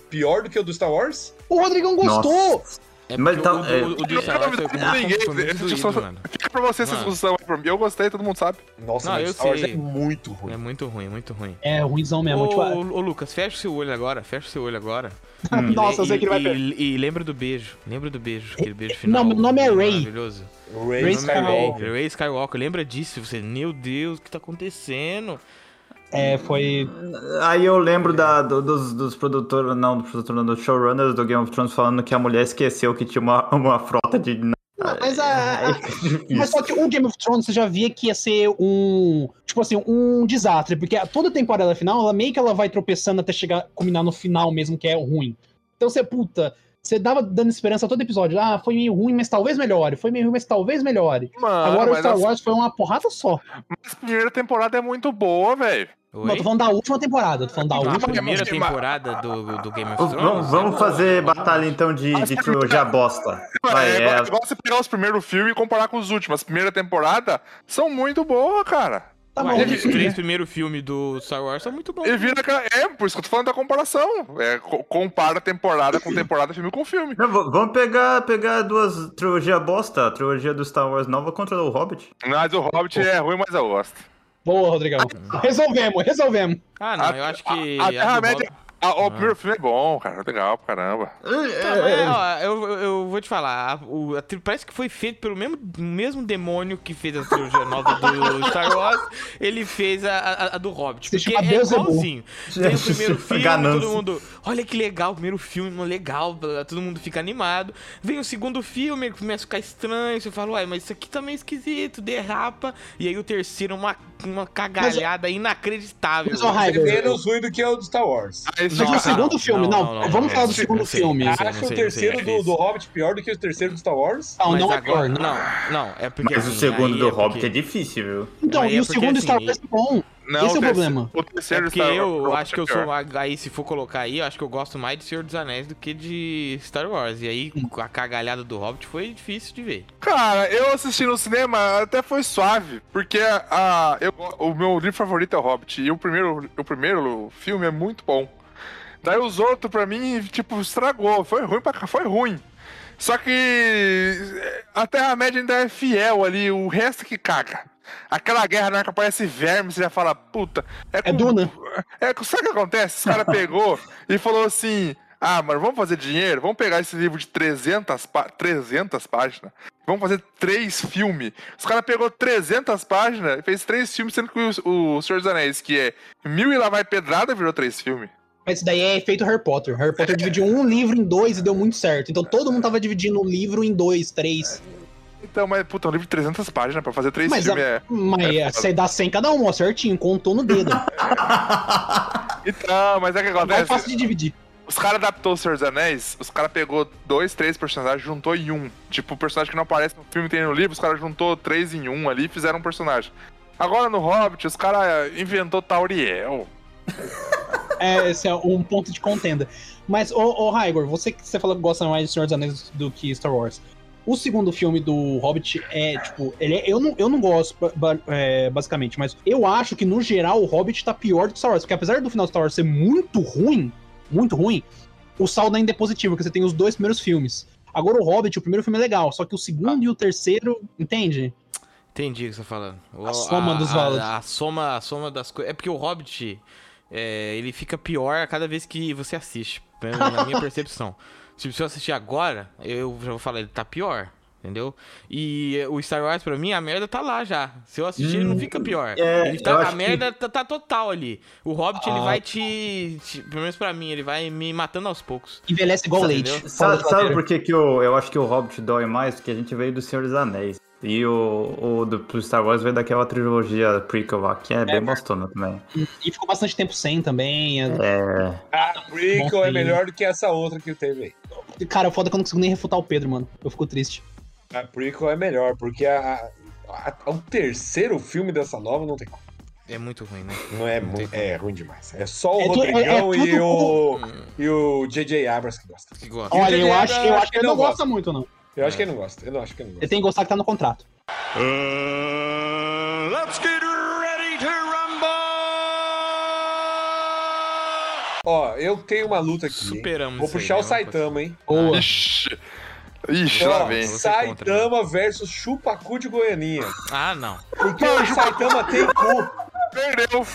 pior do que o do Star Wars? O Rodrigão gostou! É Mas porque tá- o, é- do- o, do Eu Star Wars foi- não duvido ninguém, foi muito eu só- doído, mano. Fica pra você Ah. essa Mano. discussão aí pra mim. Eu gostei, todo mundo sabe. Nossa, Não, mas eu Star Wars sei. é muito ruim. É muito ruim, muito ruim. É ruimzão mesmo. Ô, tipo, ô, ô, Lucas, fecha o seu olho agora, fecha o seu olho agora. E nossa, eu le- sei que ele vai e- perder. E, e lembra do beijo, lembra do beijo, aquele beijo é, final. não, o nome é Rey. Maravilhoso. Ray Ray O nome é Rey, Skywalker. Skywalker. Rey Skywalker, lembra disso? Você, meu Deus, o que tá acontecendo? É, foi. Aí eu lembro da, do- dos, dos produtores, não, dos produtores, não, dos showrunners do Game of Thrones falando que a mulher esqueceu que tinha uma, uma frota de. Ah, Mas, É a, a- mas Isso. só que o Game of Thrones você já via que ia ser um. Tipo assim, um desastre. Porque toda temporada final, ela meio que ela vai tropeçando até chegar, culminar no final mesmo, que é ruim. Então você, puta, você dava dando esperança a todo episódio. Ah, foi meio ruim, mas talvez melhore. Foi meio ruim, mas talvez melhore. Ah, Mano, Agora o mas Star a Wars foi uma porrada só. primeira temporada é muito boa, velho. Oi? Não, tô falando da última temporada. Tô falando da Não, a última primeira mas- temporada do, do Game of Thrones. Vamos, vamos é fazer boa. batalha então de, de trilogia bosta. Mano, Vai, é, é, igual, igual você pegar os primeiros filmes e comparar com os últimos. As primeiras temporadas são muito boas, cara. Tá Ué, bom, os ele- três primeiros filmes do Star Wars são muito bons. E vira aquela... É, por isso que eu tô falando da comparação. É, co- compara temporada com temporada, filme com filme. Não, v- vamos pegar, pegar duas trilogia bosta, a trilogia do Star Wars nova contra o Hobbit. Mas o Hobbit é ruim, mas eu gosto. Boa, Rodrigão. Resolvemos, resolvemos. Ah, não, eu acho que. A, a do Hobbit- Terra-média Ah, o primeiro filme é bom, cara. Legal pra caramba. É, É, Tá, mas, ó, eu, eu- eu vou te falar, a- o- a tri- parece que foi feito pelo mesmo, mesmo demônio que fez a trilogia nova do Star Wars, ele fez a, a- a do Hobbit. Se Porque chama é Beelzebub. Tá igualzinho. Tem o primeiro filme, Ganância. todo mundo. Olha que legal, o primeiro filme, mano, legal, blá, blá, todo mundo fica animado. Vem o segundo filme, ele começa a ficar estranho, você fala, uai, mas isso aqui tá meio esquisito, derrapa. E aí o terceiro, é uma, uma cagalhada inacreditável. Mas, ó, É Raider, menos ruim do que o do Star Wars. Ah, esse Mas cara- o segundo filme, não, vamos é, falar do segundo filme. Acho o terceiro do, do Hobbit pior do que o terceiro do Star Wars? Não, Mas não é agora, pior, não. Não, não, é porque. Mas o assim, segundo aí do é Hobbit porque- é difícil, viu? Então, Mas e é o porque, segundo assim, Star Wars é bom. Não, Esse é o terceiro- problema. O É terceiro porque Star eu Wars acho que eu é pior. sou. um Aí, se for colocar aí, eu acho que eu gosto mais de Senhor dos Anéis do que de Star Wars. E aí, Hum. com a cagalhada do Hobbit foi difícil de ver. Cara, eu assisti no cinema, até foi suave, porque a, eu- o meu livro favorito é o Hobbit, e o primeiro, o primeiro filme é muito bom. Daí os outros, pra mim, tipo, estragou, foi ruim pra cá, foi ruim. Só que eh, a Terra-média ainda é fiel ali, o resto é que caga. Aquela guerra na hora que aparece verme, você já fala, puta. É Duna. É, sabe o que acontece? Os cara pegou e falou assim: ah, mano, vamos fazer dinheiro? Vamos pegar esse livro de 300, pá- 300 páginas. Vamos fazer três filmes. Os cara pegou 300 páginas e fez três filmes, sendo que o, o Senhor dos Anéis, que é mil e lá vai pedrada, virou três filmes. Mas isso daí é feito Harry Potter. Harry Potter dividiu um livro em dois e deu muito certo. Então todo mundo tava dividindo o livro em dois, três. Então, mas, puta, um livro de 300 páginas pra fazer três Mas, filmes a, é. mas é você dá 100 cada um, ó, certinho, contou no dedo. Então, mas é que Não é acontece. fácil de dividir. Os caras adaptou o Senhor dos Anéis, os caras pegou dois, três personagens, juntou em um. Tipo, o personagem que não aparece no filme tem no livro, os caras juntou três em um ali e fizeram um personagem. Agora no Hobbit, os caras inventou Tauriel. É, esse é um ponto de contenda. Mas, ô, ô Raigor, você que você fala que gosta mais de Senhor dos Anéis do que Star Wars. O segundo filme do Hobbit é, tipo, ele é- eu, não, eu não gosto, ba- ba- é, basicamente, mas eu acho que, no geral, o Hobbit tá pior do que Star Wars. Porque apesar do final do Star Wars ser muito ruim, muito ruim, o saldo ainda é positivo, porque você tem os dois primeiros filmes. Agora o Hobbit, o primeiro filme é legal, só que o segundo e o terceiro, entende? Entendi o que você tá falando. O- A soma dos valores. A, a soma, a soma das coisas. É porque o Hobbit, é, ele fica pior a cada vez que você assiste, né, na minha percepção. Se eu assistir agora, eu já vou falar, ele tá pior, entendeu? E eh, o Star Wars, pra mim, a merda tá lá já. Se eu assistir, ele não fica pior. é, Ele eu tá, acho a que- merda tá, tá total ali. O Hobbit, ele Ah. vai te, te- Pelo menos pra mim, ele vai me matando aos poucos. Envelhece igual Entendeu? leite. Fala da Sabe, sabe geladeira. por que, que eu, eu acho que o Hobbit dói mais? Porque a gente veio do Senhor dos Anéis. E o, o do pro Star Wars veio daquela trilogia prequel lá, que é, bem bostona também. E ficou bastante tempo sem também. é- A prequel é melhor do que essa outra que teve aí. Cara, foda é que eu não consigo nem refutar o Pedro, mano. Eu fico triste. A prequel é melhor, porque a, a- a- o terceiro filme dessa nova não tem como. É muito ruim, né? Não é, mu- Não tem como. é ruim demais. É só o É tu- Rodrigão é- é e, tudo- o, e o J.J. Abrams que gosta. Que gosta. E o Olha, eu Daniel, acho, eu acho que ele não gosta. gosta muito, não. Eu acho que ele não gosta. Eu não acho que ele não Ele gosta. tem que gostar que tá no contrato. let's get ready to rumble! Ó, eu tenho uma luta aqui. hein? Superamos Vou isso aí, puxar né? o Saitama, hein? Boa. Ixi. Ixi, lá Ó, vem. Você né? Saitama versus Chupacu de Goianinha. Ah, não. Porque o Saitama tem cu. Perdeu.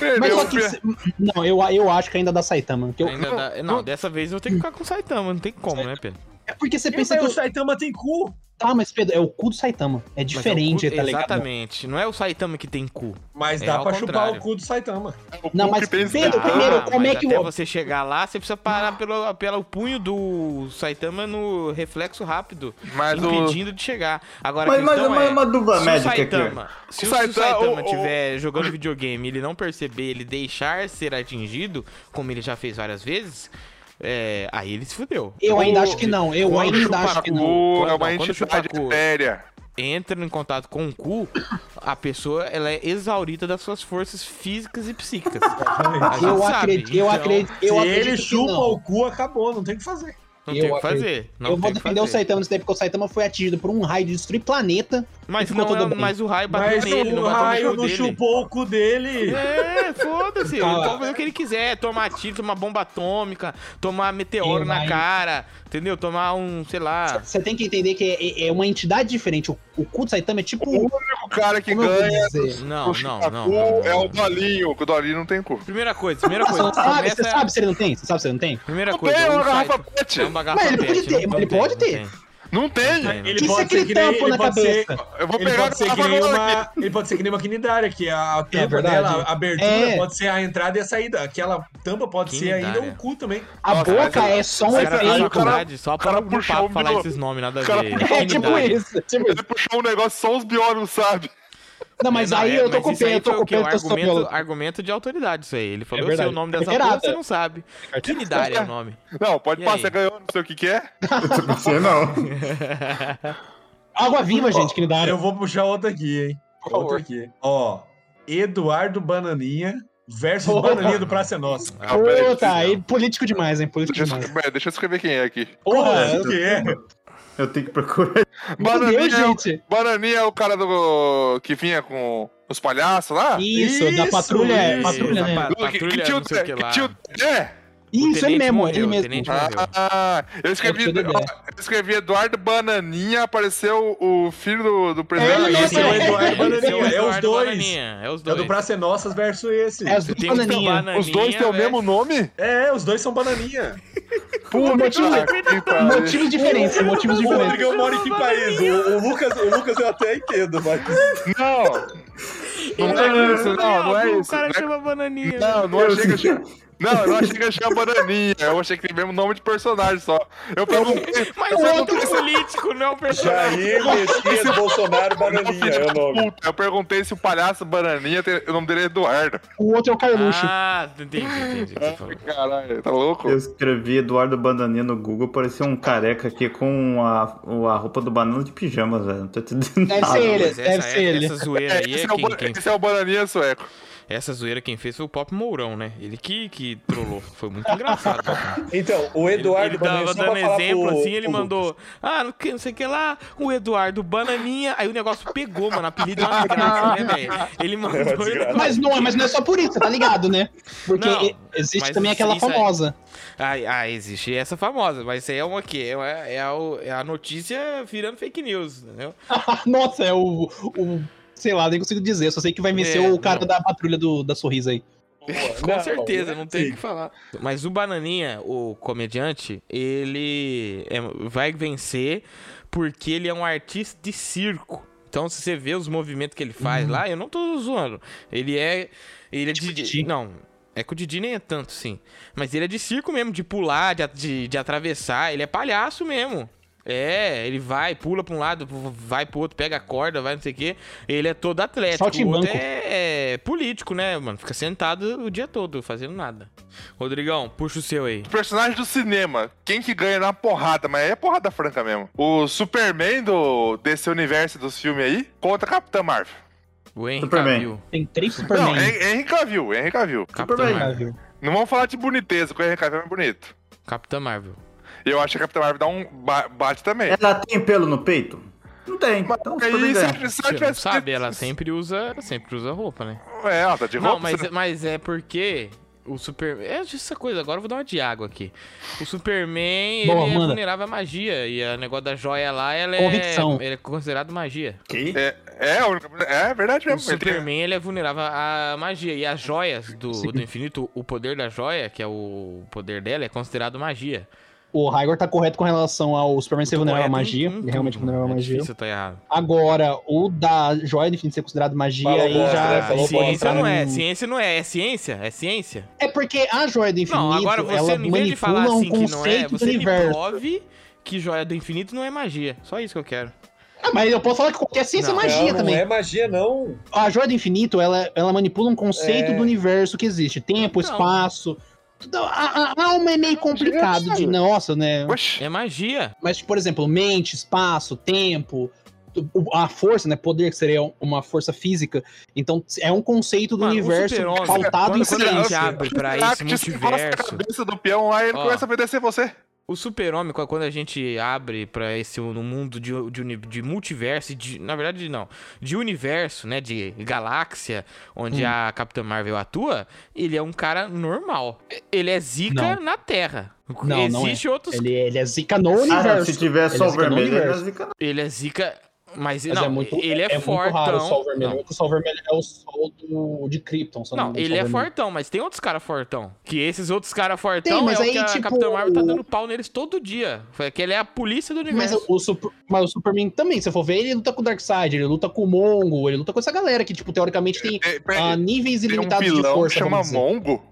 Mas Perdeu. só que. per- se- Não, eu, eu acho que ainda dá Saitama. porque eu- Ainda dá- Não, dessa vez eu vou ter que ficar com o Saitama, não tem como, né, Pedro? É porque você pensa que. O... Saitama tem cu. Tá, mas Pedro, é o cu do Saitama. É Mas diferente, é o cu- tá ligado? Exatamente. Não é o Saitama que tem cu. Mas É dá ao pra contrário. chupar o cu do Saitama. Não, mas que pensa- Pedro, primeiro, como Ah, mas é que até o- você chegar lá, você precisa parar pelo, pelo punho do Saitama no reflexo rápido, Mas o- impedindo de chegar. Agora, Mas- a mas- questão mas é, uma dupla se o médica aqui, Saitama, Se o O Saitama- Saitama o- o- estiver jogando videogame e ele não perceber, ele deixar ser atingido, como ele já fez várias vezes, é, aí ele se fudeu. Eu ainda Ou- acho que não. Eu quando ainda chupa acho que não. Pô, Quando- é uma não, quando chupa entidade cu. séria. entra em contato com o cu, a pessoa ela é exaurida das suas forças físicas e psíquicas. A gente Eu sabe, acredito, eu então, acredito, eu Se acredito. ele que chupa não. o cu, acabou. Não tem o que fazer. Não eu tem o que acredito. fazer. Não Eu tem vou o que defender o fazer. Saitama nisso daí, porque o Saitama foi atingido por um raio de destruir planeta. Mas, ficou não, tudo é- bem. mas o raio bateu Mas nele, o não bateu raio no não cu dele. chupou o cu dele. É, foda-se. Ele Tá lá. pode fazer o que ele quiser. é Tomar tiro, tomar bomba atômica, tomar meteoro Sim, na mas- cara, entendeu? Tomar um, sei lá. Você tem que entender que é- é, é uma entidade diferente. O, o cu do Saitama é tipo. O único cara que como eu vou ganha dizer? Não, o não, chupacu não. não, é o não. Dolinho, que o Dolinho não tem cu. Primeira coisa, primeira Você, coisa. não sabe, Começa. você sabe se ele não tem? Você sabe se ele não tem? Primeira Não coisa. tem o uma site- garrafa pet. é uma garrafa Mas ele pode pet, ter, não mas ele tem, pode não ter. tem. Não tem! Não tem, Ele Que pode você ser que nem, tampou na ele pode ser, cabeça? Eu vou ele pegar a pode ser que garrafa nem agora uma, aqui. ele pode ser que nem uma quinidária, que a tampa verdade. dela, a abertura É. pode ser a entrada e a saída. Aquela tampa pode ser ainda Quinidária. um cu também. A Nossa, boca mas- é só um Os caras aí da o efeito. cara- faculdade só o cara para pro puxou papo um falar bilu- esses nomes, nada a o cara ver. puxou É tipo Intimidade. isso. Tipo isso. Ele puxou um negócio, só os biólogos sabem. Não, mas Não, aí é, eu tô mas com isso aí pena, eu tô foi o com quê? O pena, eu tô argumento, com argumento de autoridade isso aí. Ele falou, o verdade. seu nome dessa Liberado. porra, você não sabe. Quinidária é o nome. Não, pode E passar, aí? ganhou, não sei o que que é. Não sei não. Água viva, gente, que me dá. Eu vou puxar outra aqui, hein? Outra aqui. Ó, Eduardo Bananinha versus Porra. Bananinha do Praça é Nossa. Ah, peraí, Puta, aí político demais, hein? Político deixa, eu demais. escrever, deixa eu escrever quem é aqui. Porra, Porra. o que é? Eu tenho que procurar. Meu Deus, Bananinha, é o- gente. Bananinha é o cara do que vinha com os palhaços lá? Isso, da Isso, patrulha. isso. Patrulha, Essa né? pa- Patrulha, não sei o que lá. tio- é? O Isso, ele tenente mesmo, morreu, ele o mesmo. tenente morreu. Ah, eu escrevi, É o tio Dedé. ó, eu escrevi Eduardo Bananinha, apareceu o filho do, do Ele presidente. mesmo. Esse é o Eduardo É, esse Bananinha, é os Eduardo dois. Bananinha, É os É o dois. do Praça é Nossa versus esse. É É, as duas Tem um bananinhas. bananinha, Os dois têm o velho. mesmo nome? os dois são Bananinha. Por motivos, Ah, que pariu. motivos diferentes, motivos O diferentes. Rodrigão mora em que país? O, o Lucas, o Lucas eu até entendo, mas. Não! Não é isso, não, não é O isso. cara é Não é chama bananinha. Não, não achei que eu tinha. Não, eu não achei que eu tinha bananinha. Eu achei que tem mesmo nome de personagem só. Eu perguntei. Mas eu o outro perguntei é político, não é um personagem. Jair Messias Bolsonaro Bananinha é o nome. Puta, eu perguntei se o palhaço bananinha, tem- o nome dele é Eduardo. O outro é o Carluxo. Ah, entendi, entendi. o que você falou. Caralho, tá louco? Eu escrevi Eduardo Bananinha no Google, parecia um careca aqui com a, o- a roupa do banana de pijama, velho. Não tô entendendo Deve nada. ser ele. Mas deve essa, ser ele. essa zoeira É, aí é esse, é o, quem, ba- quem esse é o bananinha sueco. Essa zoeira quem fez foi o Pop Mourão, né? Ele que, que trollou. Foi muito engraçado. assim. Então, o Ele- Eduardo ele tava Bananinha, só dando pra falar exemplo pro- assim, ele pro mandou. Ah, não, que- não sei o que lá, o Eduardo Bananinha. Aí o negócio pegou, mano. Apelido é uma desgraça, né, velho? Ele mandou. É uma desgraça. Mas não, mas não é só por isso, você tá ligado, né? Porque Não, e- existe mas também isso- aquela isso é aí- famosa. Ah, ah, existe essa famosa, mas isso aí é uma que é, é, é, a, é a notícia virando fake news, entendeu? Nossa, é o, o. Sei lá, nem consigo dizer. Só sei que vai vencer É, o cara não. da patrulha do, da sorriso aí. Com certeza, não né? tem o que falar. Mas o Bananinha, o comediante, ele é- vai vencer porque ele é um artista de circo. Então, se você vê os movimentos que ele faz lá, eu não tô zoando. Ele é. Ele é Tipo Uhum. de. Didi. Não. É que o Didi nem é tanto, sim. Mas ele é de circo mesmo, de pular, de, a- de, de atravessar. Ele é palhaço mesmo. É, ele vai, pula pra um lado, vai pro outro, pega a corda, vai não sei o quê. Ele é todo atlético. O Saltimbanco. outro é, é político, né, mano? Fica sentado o dia todo, fazendo nada. Rodrigão, puxa o seu aí. Personagem do cinema, quem que ganha na porrada, mas é porrada franca mesmo. O Superman do, desse universo dos filmes aí contra Capitã Marvel. O Henry Superman. Cavill. Tem três Não, Superman. é- Hen- Henry Cavill, Henry Cavill. Capitã Superman. Marvel. viu? Não vamos falar de boniteza, porque o Henry Cavill é mais bonito. Capitã Marvel. Eu acho que a Capitã Marvel dá um ba- bate também. É, Ela tem pelo no peito? Não tem. Mas é Então, aí, tudo bem. se ganha. ela- se ela Você não tivesse- sabe, ela sempre usa, sempre usa roupa, né? É, ela tá de roupa. Não, mas, você- mas é porque o Superman. É justo essa coisa, agora eu vou dar uma de água aqui. O Superman, Boa, ele é manda. vulnerável à magia. E o negócio da joia lá, ela é, Convicção. ele é considerado magia. Que? É, é, a única- é verdade O mesmo. Ele tem- Superman, ele é vulnerável à magia. E as joias do, do infinito, o poder da joia, que é o poder dela, é considerado magia. Então, O Raigor tá correto com relação ao Superman ser Tô vulnerável à correto em- magia. em ele realmente tudo, vulnerável à mano. É magia. difícil, eu tô errado. Agora, o da Joia do Infinito ser considerado magia Falou aí bosta, né? já. Ah, Falou ciência bosta. né? não é, num- ciência não é. É ciência? É ciência? É porque a Joia do Infinito, Não, agora você, ela em vez de falar manipula um assim que não é, conceito do você me universo. prove que joia do infinito não é magia. Só isso que eu quero. Ah, mas eu posso falar que qualquer ciência Não, é magia não, também. Não é magia, não. A Joia do Infinito, ela, ela manipula um conceito É. do universo que existe. Tempo, Não. espaço. Tudo- A, a- a alma é meio complicado de, nossa, né? Oxi, É magia. Mas, por exemplo, mente, espaço, tempo, o- a força, né? Poder, que seria uma força física. Então, é um conceito do Mano, o universo Super-Homem, pautado quando- em quando a gente ciência. abre pra esse Caraca, você encosta a multiverso. cabeça do peão lá e ele Ó. começa a obedecer você. O super-homem, qu- quando a gente abre pra esse no mundo de, de, uni- de multiverso, e de, na verdade não, de universo, né, de galáxia, onde Hum. a Capitã Marvel atua, ele é um cara normal. Ele é zica Não. na Terra. Não, não Existe outros... Ele... Ele, ele é zica no Ah, não, universo. se tiver Ele só é zica no vermelho, ele é universo. zica. é zica... Mas, Mas não, é muito, ele é, é fortão. muito raro o sol vermelho. Não. porque O sol vermelho é o sol do, de Krypton. se eu Não, me engano, ele é o sol vermelho. fortão, mas tem outros caras fortão. Que esses outros caras fortão Tem, mas é o aí, que a tipo, Capitã Marvel tá o- dando pau neles todo dia. Foi que ele é a polícia do Mas universo. o, Sup- mas o Superman também, se você for ver, ele luta com o Darkseid, ele luta com o Mongo, ele luta com essa galera que, tipo, teoricamente tem Tem, tem- ah, níveis tem um ilimitados de vilão que força. chama vamos dizer. Mongo?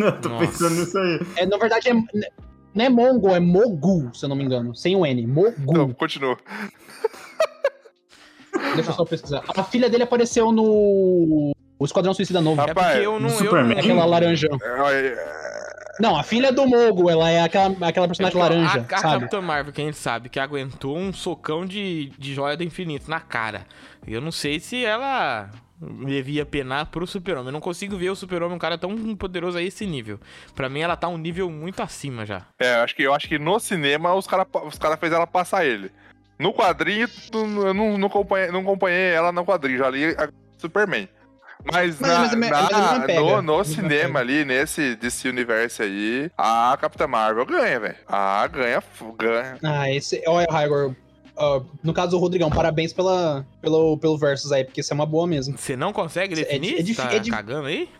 eu tô Nossa. pensando nisso aí. É, na verdade, é, não é Mongo, é Mogu, se eu não me engano. Sem o N. Mogu. Não, continua. Deixa eu só pesquisar. A filha dele apareceu no. O Esquadrão Suicida Novo. É Rapaz, porque eu não. no eu não- Superman. É aquela laranjão. Hum. É, Não, a filha é do Mogo, ela é aquela, aquela personagem Então, laranja, a, a sabe? Capitã Marvel, que a gente sabe, que aguentou um socão de, de joia do infinito na cara. Eu não sei se ela devia penar pro super-homem. Eu não consigo ver o super-homem um cara tão poderoso a esse nível. Pra mim, ela tá um nível muito acima já. É, eu acho que, eu acho que no cinema os caras os cara fez ela passar ele. No quadrinho, tu- eu não, não, acompanhei, não acompanhei ela no quadrinho, já li a Superman. Mas- Mas, na- mas a me- na- mas a mesma pega. no, no Mesma cinema ali, nesse DC universo aí, a Capitã Marvel ganha, velho. Ah, ganha, f- ganha. Ah, esse. Olha, Raigor. ah, no caso do Rodrigão, parabéns pela, pelo, pelo Versus aí, porque isso é uma boa mesmo. Você não consegue É definir? di- é dif- tá é di- cagando aí?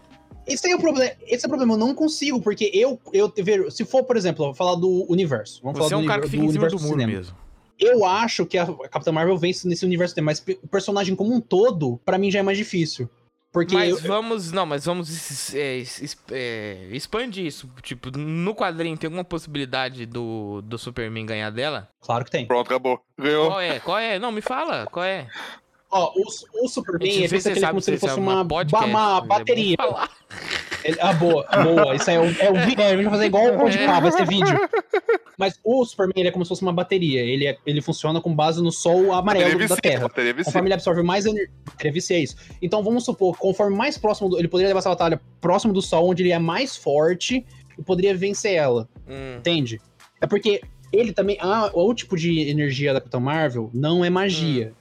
Esse aí é o problema. Esse é o problema, eu não consigo, porque eu, eu te- ver, se for, por exemplo, eu vou falar do universo. Vamos Você é falar um do cara univer- que fica em cima universo do muro cinema. mesmo. Eu acho que a Capitã Marvel vence nesse universo, dele, mas pe- o personagem como um todo, pra mim já é mais difícil. Porque mas eu- vamos. Não, mas vamos es- é, es- é, expandir isso. Tipo, no quadrinho tem alguma possibilidade do, do Superman ganhar dela? claro que tem. Pronto, acabou. Ganhou. Qual é? Qual é? Não, me fala. Qual é? Ó, o, o Superman, Gente, não ele sei se pensa que ele é sabe como se ele isso é fosse uma, podcast, ba- uma mas é bom bateria. falar. Ele- ah, boa, boa. Isso aí é o, é o vídeo, é, a gente vai fazer igual o Conde Pá, vai ser vídeo. Mas o Superman, ele é como se fosse uma bateria. Ele, é- ele funciona com base no sol amarelo Bateria da vicia, Terra. bateria vicia. Conforme ele absorve mais energia, é isso. Então vamos supor, conforme mais próximo do, ele poderia levar essa batalha próximo do sol, onde ele é mais forte e poderia vencer ela. Hum. Entende? É porque ele também. Ah, o tipo de energia da Capitã Marvel não é Hum. magia.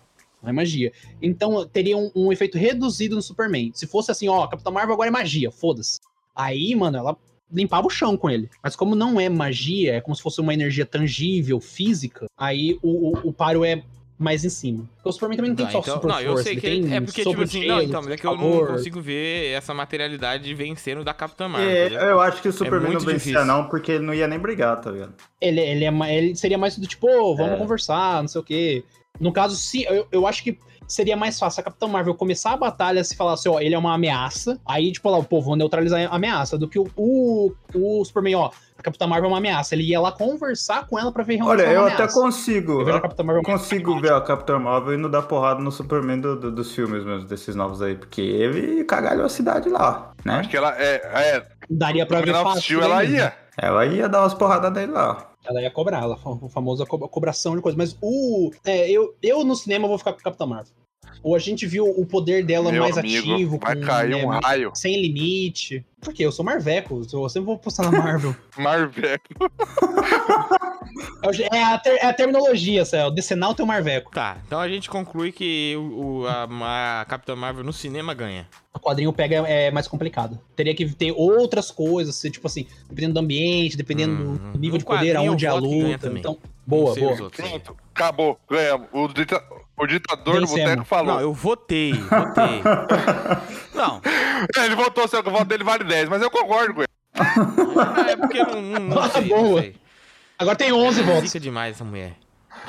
Não é magia. Então teria um, um efeito reduzido no Superman. Se fosse assim, ó, Capitã Marvel agora é magia, foda-se. Aí, mano, ela limpava o chão com ele. Mas como não é magia, é como se fosse uma energia tangível, física, aí o, o, o paro é mais em cima. Porque o Superman também não tem Tá, só então- super não, eu força, sei ele que tem é, é porque, sopro tipo de assim, não, gelo, então, é que eu não calor. consigo ver essa materialidade vencendo da Capitã Marvel. entendeu? É, eu acho que o Superman muito não vencia, difícil. não, porque ele não ia nem brigar, tá ligado? ele, ele, é, ma- ele seria mais do tipo, ô, vamos É. conversar, não sei o quê. No caso, se eu, eu acho que seria mais fácil a Capitã Marvel começar a batalha se falasse, ó, ele é uma ameaça. Aí, tipo, lá, pô, vou neutralizar a ameaça. Do que o, o, o Superman, ó, a Capitã Marvel é uma ameaça. Ele ia lá conversar com ela pra ver realmente Olha, se ela é eu uma até ameaça. consigo. Eu vejo a Capitã Eu Marvel consigo ver a Capitã Marvel indo dar porrada no Superman do- do- dos filmes mesmo, desses novos aí, porque ele cagalhou a cidade lá, né? Acho que ela é. é Daria pra no ver Man of fácil, Steel né, ela mesmo. ia. Ela ia dar umas porradas nele lá. Ela ia cobrar, ela, o famoso co- cobração de coisa. Mas o. é, eu, eu no cinema vou ficar com a Capitã Marvel. Ou a gente viu o poder dela Meu é mais amigo, ativo. vai com, cair né, um raio. Sem limite. Por quê? Eu sou Marveco, eu sempre vou postar na Marvel. Marvel. É o- é, a ter- é a terminologia, Céu. Decenal teu Marveco. Tá, então a gente conclui que o, o- a, a Capitã Marvel no cinema ganha. O quadrinho pega é mais complicado. Teria que ter outras coisas, se, tipo assim, dependendo do ambiente, dependendo Hum, do nível no de poder, quadrinho aonde é a eu voto que ganha luta. também. Então, Não boa, sei os boa. outros aí. Pronto, acabou, ganhamos. O, dita- o ditador do Vencemos. boteco falou. Não, eu votei, votei. não, É, Ele votou, seu voto dele vale 10, mas eu concordo com ele. é porque eu não, não, não Ah, sei, não boa. sei. Agora tem 11 votos. Fica demais essa mulher.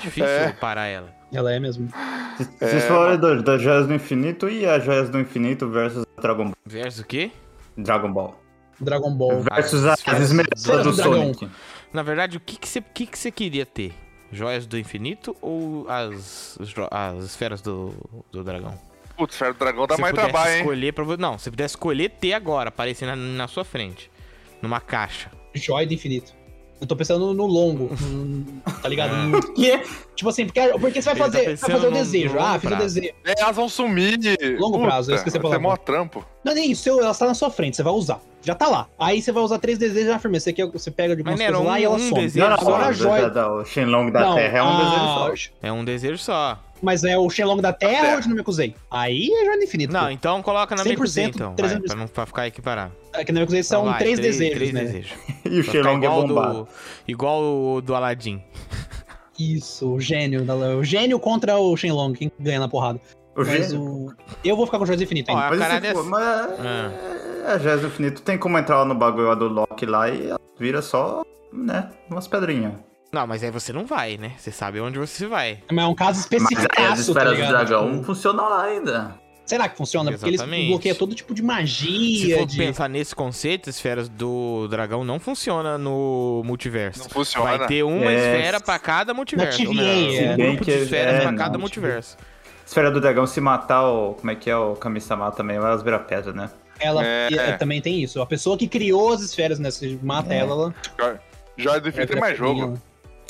Difícil É. parar ela. Ela é mesmo. Se- se Vocês falaram do- das joias do infinito e as joias do infinito versus Dragon Ball. Versus o quê? Dragon Ball. Dragon Ball. Versus as, as esmeraldas do Versus Dragon. Sonic. Na verdade, o que que você que que você queria ter? Joias do infinito ou as, os jo- as esferas do, do dragão? Putz, Fera do Dragão dá Se mais pudesse trabalho, hein? escolher pra vo- Não, se pudesse escolher ter agora, aparecer na, na sua frente. Numa caixa. Joy do Infinito. Eu tô pensando no- no longo, no- tá ligado? No- Tipo assim, porque, porque É. Ele você vai tá fazer, vai pensando fazer o num- desejo. num Ah, longo fiz o prazo. desejo. É, elas vão sumir. Longo prazo, é isso que você Você falava. mó trampo. Não é nem isso, ela está na tá sua frente, você vai usar. Já tá lá. Aí você vai usar três desejos na firmeza. Você, quer, é você pega de Mas algumas não era coisas lá um- e ela um some. desejo não, Agora a da- joia. da- da- o Shenlong da Não, Terra é um ah, desejo só. É um desejo só. Mas é o Shenlong da Terra Terra. ou o Namekusei? Aí é joia do infinito. Não, então coloca na 100%, Mercuzê, então. Vai, 300%. pra não pra ficar equiparado. É que Namekusei são Então vai, três, três- desejos, três né? desejos. E o Pra ficar Shenlong é igual bombado. do, Igual o do Aladdin. Isso, o gênio. da- O gênio contra o Shenlong, quem ganha na porrada. O Mas Gen- o... Eu vou ficar com o joia do infinito Ó, ainda. a Mas, parada assim, é pô, mas é, Jéssica Infinito. Tem como entrar lá no bagulho lá do Loki lá e ela vira só, né, umas pedrinhas. Não, mas aí você não vai, né? Você sabe onde você vai. Mas é um caso Mas específico. aí as esferas do ligado? dragão Tipo, funcionam lá ainda. será que funciona? Porque Exatamente. eles bloqueiam todo tipo de Se magia. for de... pensar nesse conceito, esferas do dragão não funciona no multiverso. Não funciona. Vai ter uma É. esfera pra cada multiverso. Na ou melhor, TVA, um grupo né? de Se bem que- esferas é, pra não, cada tipo- multiverso. Esfera do dragão se matar o. Como é que é o Kami-sama também? Elas viram pedra, né? Ela É. ela também tem isso. A pessoa que criou as esferas, né? Você É. mata ela, ela. Joia do Infinito é tem mais jogo.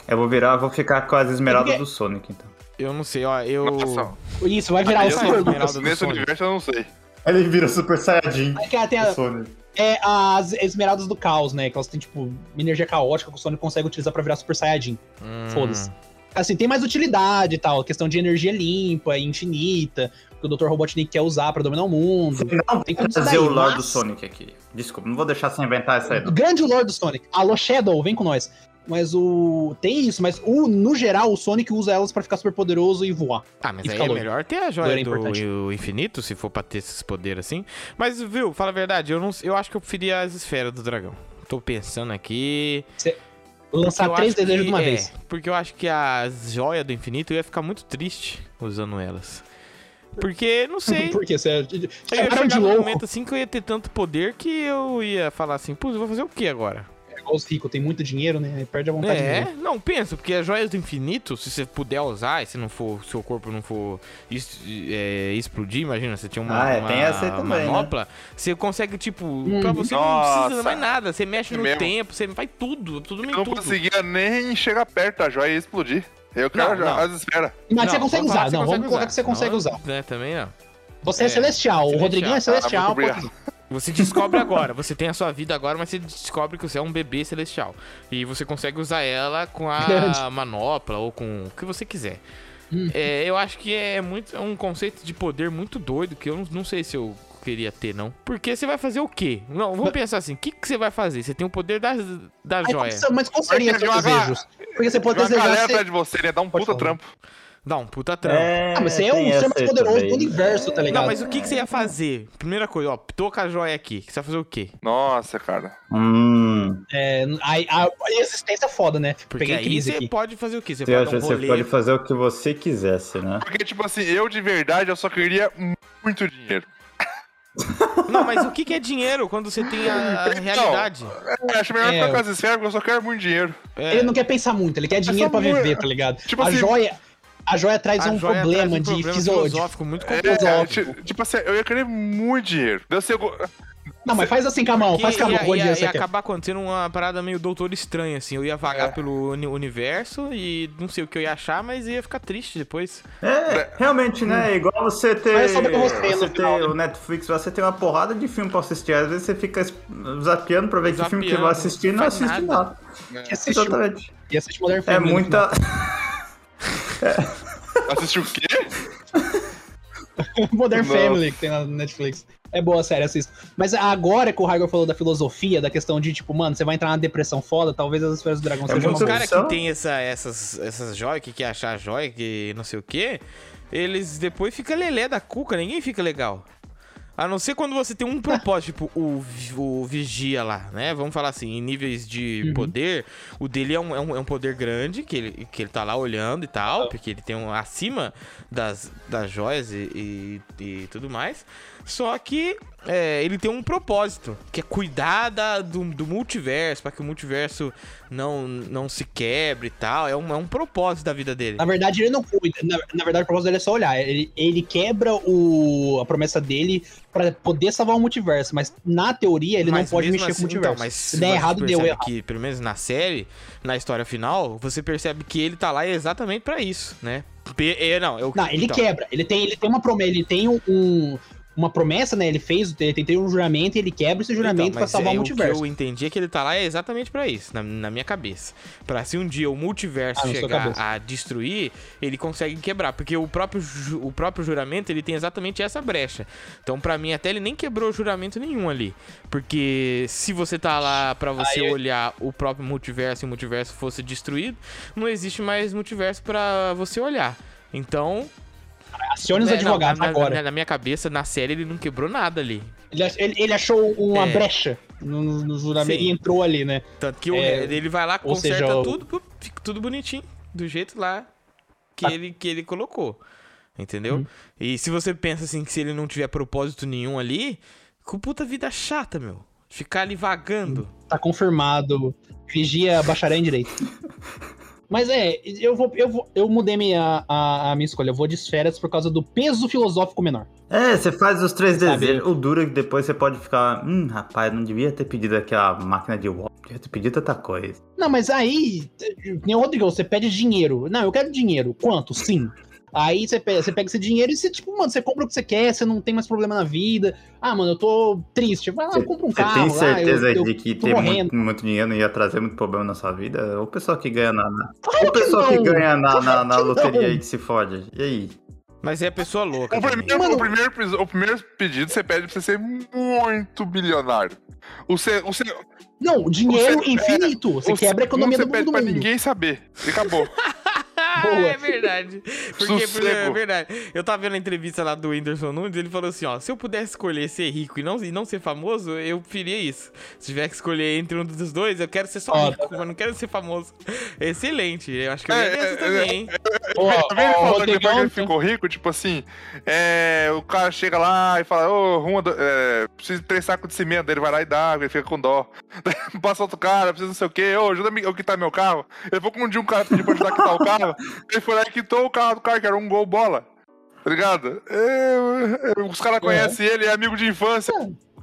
Eu vou virar, vou ficar com as esmeraldas É porque- do Sonic, então. Eu não sei, ó. Eu. Nossa, Isso, vai virar Ah, o eu eu sei, Super não- Esmeralda do nesse Sonic. universo eu não sei. Ele vira Super Saiyajin. Aí que ela tem a- o Sonic. é, as esmeraldas do caos, né? Que elas têm, tipo, uma energia caótica que o Sonic consegue utilizar pra virar Super Saiyajin. Hum. Foda-se. Assim, tem mais utilidade e tal. Questão de energia limpa, infinita, que o Dr. Robotnik quer usar pra dominar o mundo. Não, Tem tem como que sair, trazer o lore do mas- Sonic aqui. Desculpa, não vou deixar você inventar essa aí. O grande lore do Sonic. Alô, Shadow, vem com nós. Mas o. Tem isso, mas o, no geral, o Sonic usa elas pra ficar super poderoso e voar. Ah, mas E aí fica é loiro. melhor ter a Loiro é joia importante. do o infinito, se for pra ter esses poderes assim. Mas, viu, fala a verdade, eu, não, eu acho que eu preferia as esferas do dragão. Tô pensando aqui. Lançar Eu três acho que- desejos de uma é, vez. Porque eu acho que as joias do infinito eu ia ficar muito triste usando elas. Porque, não sei. Por quê? Você é- te Eu ia chamaram de chegar num louco. momento assim que eu ia ter tanto poder que eu ia falar assim, putz, eu vou fazer o que agora? É igual os ricos, tem muito dinheiro, né? Aí perde a vontade de É, viver. não, pensa, porque as joias do infinito, se você puder usar, e se não for, seu corpo não for es- é, explodir, imagina, você tinha uma, Ah, é, uma tem essa aí também, né? manopla, você consegue, tipo, Hum. pra você não precisa Nossa. mais nada, você mexe É no mesmo. tempo, você faz tudo, tudo em Então Eu não tudo. conseguia nem chegar perto da joia e explodir. Eu Não, quero não. as esferas. Mas Não, você consegue vamos falar usar, não, vamos colocar que você consegue Não, usar. Né, também não. Você é, É, celestial, o celestial. Rodriguinho é celestial. Ah, muito obrigado. pô. Você descobre agora, você tem a sua vida agora, mas você descobre que você é um bebê celestial. E você consegue usar ela com Grande. a manopla ou com o que você quiser. Uhum. É, eu acho que é muito é um conceito de poder muito doido que eu não, não sei se eu queria ter, não. Porque você vai fazer o quê? Não, vamos pensar assim: o que, que você vai fazer? Você tem o poder das, da Aí, joia. mas qual seria Vai ter seus de uma- desejos? Porque você pode Tem uma desejar galera ser... atrás de você, né? Dá um Pode puta falar. trampo. Dá um puta trampo. É, Ah, mas você é tem o ser essa mais aí poderoso também. do universo, tá ligado? Não, mas o que, que você ia fazer? Primeira coisa, ó, tô com a joia aqui. Você vai fazer o quê? Nossa, cara. Hum, É, a, a- a existência é foda, né? Porque Peguei aí crise você aqui. pode fazer o quê? Você você, pode dar acha, um você rolê. pode fazer o que você quisesse, né? Porque, tipo assim, eu de verdade, eu só queria muito dinheiro. Não, mas o que, que é dinheiro quando você tem a, a Então, realidade? É, acho melhor É, ficar com as esferas, porque eu só quero muito dinheiro. É. Ele não quer pensar muito, ele quer dinheiro só pra mu- viver, tá ligado? Tipo a assim- joia. A joia traz A um joia problema traz um de problema fisiológico. filosófico muito É, complexo. ti- tipo assim, eu ia querer muito dinheiro. Deu ser. go- Não, mas faz assim com a mão, faz com a mão. ia, qual ia, dinheiro você ia quer? É. acabar acontecendo uma parada meio doutor estranha, assim. Eu ia vagar pelo uni- universo e não sei o que eu ia achar, mas ia ficar triste depois. É, realmente, né? É igual você ter. Mas é sobre você, no ter final, né? o Netflix, lá, você tem uma porrada de filme pra assistir. Às vezes você fica es- zapeando pra ver que filme que Zapeando, vai assistir e não não faz assiste nada. nada. Ia assistir- Exatamente. ia assistir Modern É Family. né? no final. muita. Assistir o quê? Modern Não. Family que tem na Netflix. É boa a série, assisto. Mas agora que o Raigor falou da filosofia, da questão de, tipo, mano, você vai entrar na depressão foda, talvez as esferas do dragão É sejam muito uma Os Uma boa. caras que opção? tem essa, essas, essas joias, que quer achar joia, que não sei o que, eles depois ficam lelé da cuca, ninguém fica legal. A não ser quando você tem um propósito, tipo o, vi- o Vigia lá, né? Vamos falar assim, em níveis de Uhum. poder, o dele é um, é um, é um poder grande, que ele, que ele tá lá olhando e tal, porque ele tem um acima das, das joias e, e, e tudo mais. Só que é, ele tem um propósito, que é cuidar da- do, do multiverso, pra que o multiverso não, não se quebre e tal. É um, é um propósito da vida dele. Na verdade, ele não cuida. Na, na verdade, o propósito dele é só olhar. Ele, ele quebra o, a promessa dele pra poder salvar o multiverso. Mas na teoria, ele não pode mesmo mexer com o então, multiverso. mas Se der você errado, deu percebe errado. Que, pelo menos na série, na história final, você percebe que ele tá lá exatamente pra isso, né? Pe- é, não, é o Não, ele então, quebra. Ele tem, ele tem uma promessa, ele tem um. um- uma promessa, né? Ele fez, ele tem- tem um juramento e ele quebra esse juramento Então, pra mas salvar é, o multiverso. O que eu entendi é que ele tá lá é exatamente pra isso, na, na minha cabeça. Pra se um dia o multiverso Ah, na sua chegar cabeça. a destruir, ele consegue quebrar. Porque o próprio, ju- o próprio juramento, ele tem exatamente essa brecha. Então, pra mim, até ele nem quebrou juramento nenhum ali. Porque se você tá lá pra você olhar o próprio multiverso e o multiverso fosse destruído, não existe mais multiverso pra você olhar. Então, Acione os né, na- advogados na, agora. na- na minha cabeça, na série, ele não quebrou nada ali. Ele, ach- ele- ele achou uma É. brecha no, no- no juramento Sim. e entrou ali, né? Tanto que o- É, ele vai lá, ou conserta seja, o- tudo, pô, fica tudo bonitinho, do jeito lá que, Tá. ele, que ele colocou. Entendeu? Uhum. E se você pensa assim que se ele não tiver propósito nenhum ali, com puta vida chata, meu. Ficar ali vagando. Tá confirmado. Vigia bacharel em direito. Mas é, eu vou, eu vou, eu mudei minha, a, a minha escolha. Eu vou de esferas por causa do peso filosófico menor. É, você faz os três Sabe? desejos. O duro é que depois você pode ficar. Hum, rapaz, não devia ter pedido aquela máquina de Wall. Devia ter pedido outra coisa. Não, mas aí, nem Rodrigo, você pede dinheiro. Não, eu quero dinheiro. Quanto? Sim. Aí você pega, você pega esse dinheiro e você, tipo, mano, você compra o que você quer, você não tem mais problema na vida. Ah, mano, eu tô triste. Vai lá, compra um Você carro. tem ah, eu- certeza eu, de que tô ter morrendo. muito, muito dinheiro não ia trazer muito problema na sua vida? Ou o pessoal que ganha na. na- Claro o pessoal que, não. ganha na, na, na Claro que loteria não. aí que se fode. E aí? Mas é a pessoa louca. O também. primeiro, Mano- o, primeiro, pis- o primeiro pedido você pede pra você ser muito bilionário. O, se, o, se, Não, dinheiro Você- infinito. Você o quebra a economia segundo do você pede mundo. pra mundo. ninguém saber. E acabou. Ah, Boa. é verdade. Porque, Sossego. é verdade. Eu tava vendo a entrevista lá do Whindersson Nunes, ele falou assim, ó, se eu pudesse escolher ser rico e não, e não ser famoso, eu preferia isso. Se tiver que escolher entre um dos dois, eu quero ser só Ó, rico, eu não quero ser famoso. Excelente, eu acho que eu É, ia nessa é, também, é. hein? Ó, Também ele ó, falou que depois que Rodrigão- então. ele ficou rico, tipo assim, é, o cara chega lá e fala, ô, arruma, do- é, preciso de três sacos de cimento, Daí ele vai lá e dá, ele fica com dó. Daí Passa outro cara, precisa não sei o quê, ô, ajuda eu quitar meu carro. Eu vou confundir um cara pedir pra ajudar a quitar o carro, ele foi lá e quitou o carro do cara, que era um gol bola. Tá ligado? É, é, os caras conhecem ele, é amigo de infância,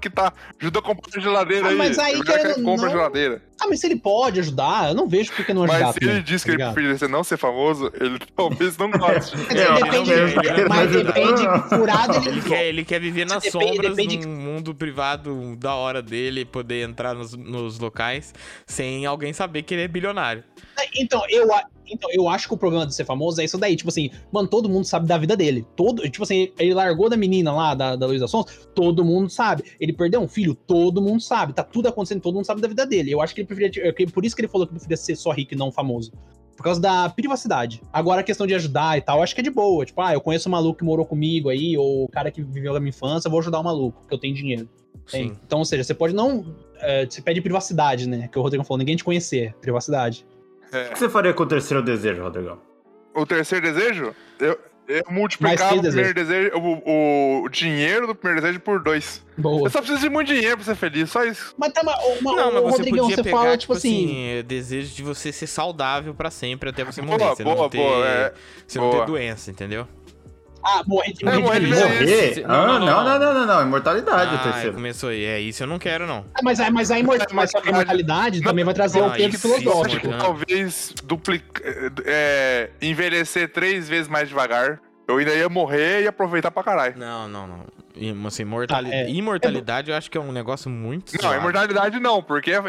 que tá, ajudou a comprar a geladeira É. Ah, aí. mas aí, Ele já querendo quer- compra a não, geladeira. Ah, mas se ele pode ajudar, eu não vejo por que não ajudar. Mas se ele também, disse tá que ele ligado? preferia ser não ser famoso, ele talvez não goste. Quer dizer, Eu- depende, eu- eu- eu- mas eu- depende, eu- furado ele, Ele quer, ele quer viver nas Depende- sombras, depende- num mundo privado da hora dele, poder entrar nos, nos locais sem alguém saber que ele é bilionário. Então, eu, a- então, eu acho que o problema de ser famoso é isso daí. Tipo assim, mano, todo mundo sabe da vida dele. Todo, tipo assim, ele largou da menina lá, da, da Luísa Sons, todo mundo sabe. Ele perdeu um filho, todo mundo sabe. Tá tudo acontecendo, todo mundo sabe da vida dele. Eu acho que ele preferia. eu creio- Por isso que ele falou que preferia ser só rico e não famoso. Por causa da privacidade. Agora, a questão de ajudar e tal, eu acho que é de boa. Tipo, ah, eu conheço um maluco que morou comigo aí, ou o cara que viveu na minha infância, eu vou ajudar o maluco, porque eu tenho dinheiro. É, Sim. Então, ou seja, você pode não. é, você pede privacidade, né? Que o Rodrigo falou, ninguém te conhecer. Privacidade. O que você faria com o terceiro desejo, Rodrigão? O terceiro desejo? Eu, eu multiplicava o Mais três primeiro desejo, o, o dinheiro do primeiro desejo por dois. Boa. Eu só preciso de muito dinheiro pra ser feliz, só isso. Mas tá, mas, ô, Não, mas ô, você Rodrigão, podia você pegar, fala, tipo assim, eh, desejo de você ser saudável pra sempre até você morrer. Ah, Boa, você não boa, ter, boa, é. você não ter Boa. doença, entendeu? Ah, morrer de morrer É, de morrer de velhice. velhice. Morrer? Não, Ah, não, não, não. não, não, não, não. Imortalidade o Ah, terceiro. começou aí. É isso, eu não quero, não. Ah, Mas, a- mas a imor- mas a imortalidade Não, é também vai trazer não, o peso Ah, isso, é isso, um filosófico. Ótimo. Talvez duplicar. É, envelhecer três vezes mais devagar. Eu ainda ia morrer e aproveitar pra caralho. Não, não, não. E, assim, mortali- Ah, é. Imortalidade eu acho que é um negócio muito. Não, suave. imortalidade não, porque é. é,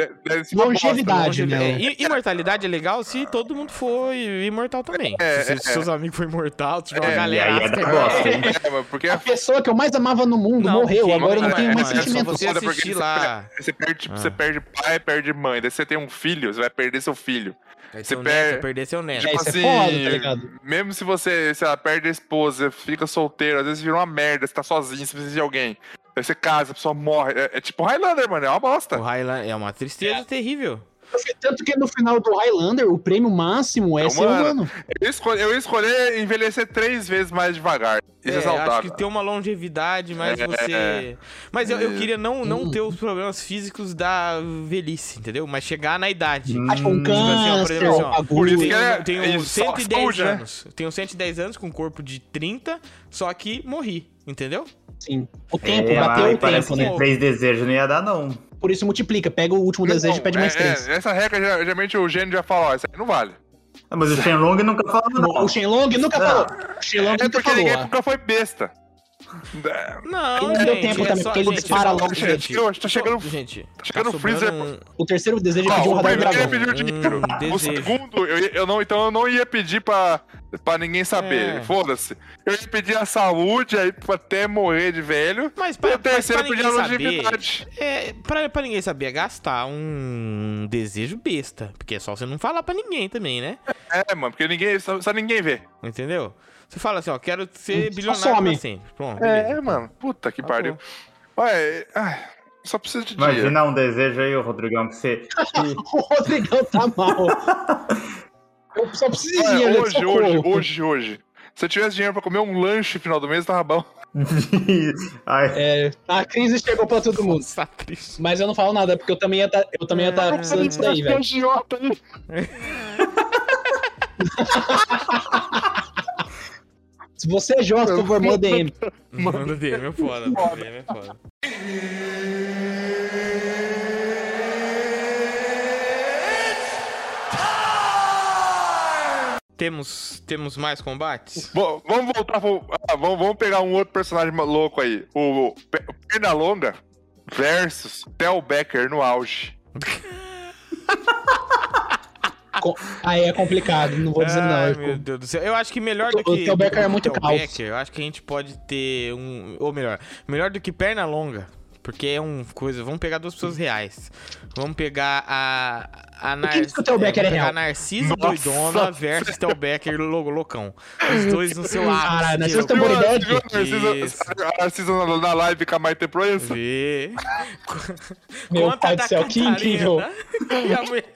é deve ser uma Longevidade. Longe- né? é, i- imortalidade é legal se todo mundo for i- imortal também. se se seus amigos forem imortal, se tiver uma É, E galera. aí é negócio, hein? bosta. É, mas porque Ah. A pessoa que eu mais amava no mundo morreu, porque- agora eu não mas- tenho mais mas- sentimentos. É só Foda, você porque assistir você lá. você perde, tipo, Ah. você perde pai, perde mãe. Daí você tem um filho, você vai perder seu filho. Vai Você ser o neto, perde- vai perder seu neto. É, tipo isso assim, é foda, tá ligado? Mesmo se você, sei lá, perde a esposa, fica solteiro, às vezes vira uma merda, você tá sozinho, você precisa de alguém. Aí você casa, a pessoa morre. É, é tipo Highlander, mano, é uma bosta. O Highland é uma tristeza terrível. Tanto que no final do Highlander, o prêmio máximo é É ser humano. humano. Eu escolhi, eu escolhi envelhecer três vezes mais devagar. Isso é, É, acho que saudável. tem uma longevidade, mas É. você. Mas eu, eu queria não, não Hum. ter os problemas físicos da velhice, entendeu? Mas chegar na idade. Hum. Ah, tipo, um Tipo assim, ó, por câncer, exemplo, assim, um ó, por bagulho. isso Eu que é- tenho, tenho é isso, 110 saúde, né? anos. Tenho 110 anos com um corpo de 30, só que morri, entendeu? Assim. O tempo, É, bateu mas o parece tempo, que né? três desejos não ia dar, não. Por isso multiplica, pega o último um desejo e pede mais é, três. é, essa regra, já- geralmente o gênio já fala, ó, isso aí não vale. Ah, mas o Shenlong nunca falou, não. O Shenlong nunca Não. falou. ah, O Shenlong É nunca porque ninguém falou. nunca foi besta. Não, Não gente, deu tempo é também, só- porque ele gente, dispara é só- logo, gente. gente. Tá chegando- gente, tá chegando o sobrando freezer. um- O terceiro desejo é pedir Ó, um o radar primeiro é dragão. pedir o dinheiro. Hum, O desejo. segundo, eu, ia- eu não, então eu não ia pedir pra, pra ninguém saber. É. Foda-se. Eu ia pedir a saúde aí pra até morrer de velho. Mas E pra, o terceiro pra, pra eu pedi a ninguém saber, longevidade. é, pra, pra ninguém saber é gastar um desejo besta, porque é só você não falar pra ninguém também, né? É, mano, porque ninguém. Só, só ninguém vê. Entendeu? Você fala assim, ó, quero ser Só bilionário pra some. sempre. Pronto. É, beleza. mano. Puta que Tá pariu. bom. Ué, ai, só preciso de dinheiro. Imagina um desejo aí, ô Rodrigão, que você. O Rodrigão tá mal. Eu só preciso de Ué, dinheiro, hoje, socorro. hoje, hoje, hoje. Se eu tivesse dinheiro pra comer um lanche no final do mês, tava bom. Ai, É, a crise chegou pra todo mundo. Nossa, tá triste. Mas eu não falo nada, porque eu também ia tá, eu também ia É. tá precisando disso daí, velho. idiota aí. Se você é jovem, por favor, manda DM. Mano, DM é foda. mano, DM é foda. Temos, temos mais combates? Bom, vamos voltar pro. ah, vamos, vamos pegar um outro personagem louco aí. O, o Pe- o Pernalonga versus Tel Becker no auge. Co- Aí é complicado, não vou dizer não. Ai, eu- meu Deus do céu. Eu acho que melhor O- do o que. Theo Becker do que é muito Theo calvo. Becker, eu acho que a gente pode ter um. Ou melhor, melhor do que perna longa. Porque é um coisa. Vamos pegar duas pessoas reais. Vamos pegar a. A, Nar... diz que o Theo Becker vamos é pegar real? a Narciso Nossa. Doidona versus Theo Becker Logo Loucão. Os dois no seu ápice. Caralho, que Narciso eu- Tem boa ideia, viu a Isso. Narcisa, a Narcisa na, na live com a Maite É Proença? Vê. Meu Conta pai da do céu, que Catarina. incrível. E a mulher-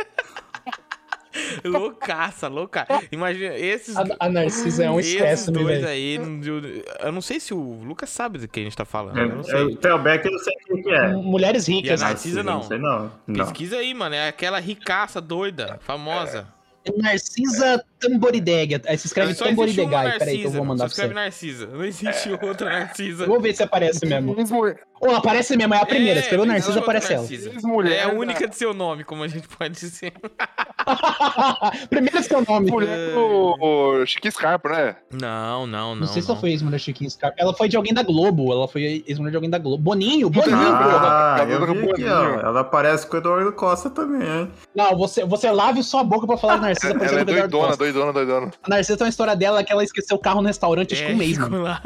Loucaça, louca. Imagina, esses A, a Narcisa é um Esses estresse, né, dois velho. aí, não deu- eu não sei se o Lucas sabe do que a gente tá falando. eu não é, é, sei. o Telbeck eu sei quem que é. Mulheres ricas. E a Narcisa, não. Não sei não. não. Pesquisa aí, mano. É aquela ricaça doida, famosa. Narcisa Tamborideg. Aí se É, escreve É, Só existe uma Tamboridegai. Peraí, que eu Narcisa. vou mano. Só mandar pra escreve você. É. Narcisa. Não existe outra Narcisa. Vou ver se aparece mesmo. Ou aparece mesmo, é a primeira. É, Escreveu não Narcisa, existe outra aparece ela. Narcisa. mulher, É a única de seu nome, como a gente pode dizer. primeira que é o nome. Mulher do Chique Scarpa, né? Não, não, não. Não, sei se ela não. foi ex-mulher Chiquinha Scarpa. Ela foi de alguém da Globo. Ela foi ex-mulher de alguém da Globo. Boninho, Boninho, porra. Ah, Cadê eu o vi aqui, ó. Boninho? Ela parece com o Eduardo Costa também, hein? Não, você, você lave sua boca pra falar da Narcisa. Ela, porque você é não vai dar doidona, resposta. doidona, doidona. A Narcisa tem uma história dela que ela esqueceu o carro no restaurante, acho que É, um mês, ficou mano. lá.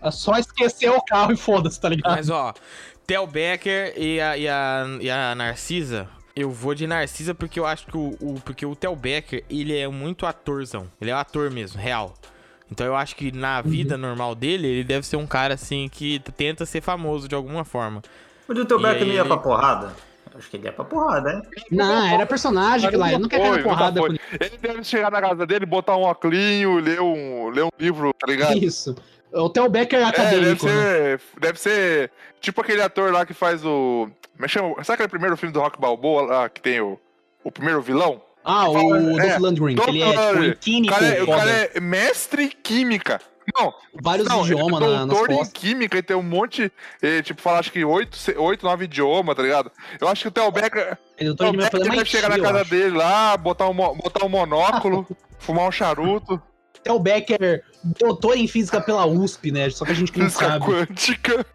Ela só esqueceu o carro e foda-se, tá ligado? Mas ó, Tel Becker e a, e, a, e a Narcisa. Eu vou de Narcisa porque eu acho que o, o- porque o Tel Becker, ele é muito atorzão. Ele é um ator mesmo, real. Então eu acho que na Uhum. vida normal dele, ele deve ser um cara assim que t- tenta ser famoso de alguma forma. Onde o Telbeck E não aí? ia pra porrada? Acho que ele ia pra porrada, hein? Não, era personagem lá. Ele não quer Foi, cara nunca porrada foi. com Ele deve chegar na casa dele, botar um óculinho, ler um, ler um livro, tá ligado? isso. O Theo Becker é É, deve acadêmico. né? ser, deve ser tipo aquele ator lá que faz o. Como é que chama? Sabe aquele primeiro filme do Rock Balboa lá que tem o, o primeiro vilão? Ah, o É, Dolph Lundgren. que Ele é tipo Lundgren. um químico, O cara, é- o foda. cara é mestre em química. Não, vários não, idiomas ele é na, nas doutor em costas. química e tem um monte, eh, tipo, fala acho que oito, se- oito, nove idiomas, tá ligado? Eu acho que o Theo Becker, Ele é doutor Theo de meu Becker problema deve chegar na casa dele lá, botar um, mo- botar um monóculo, fumar um charuto, Theo É Becker, doutor em física pela USP, né? Só que a gente que não física sabe. quântica.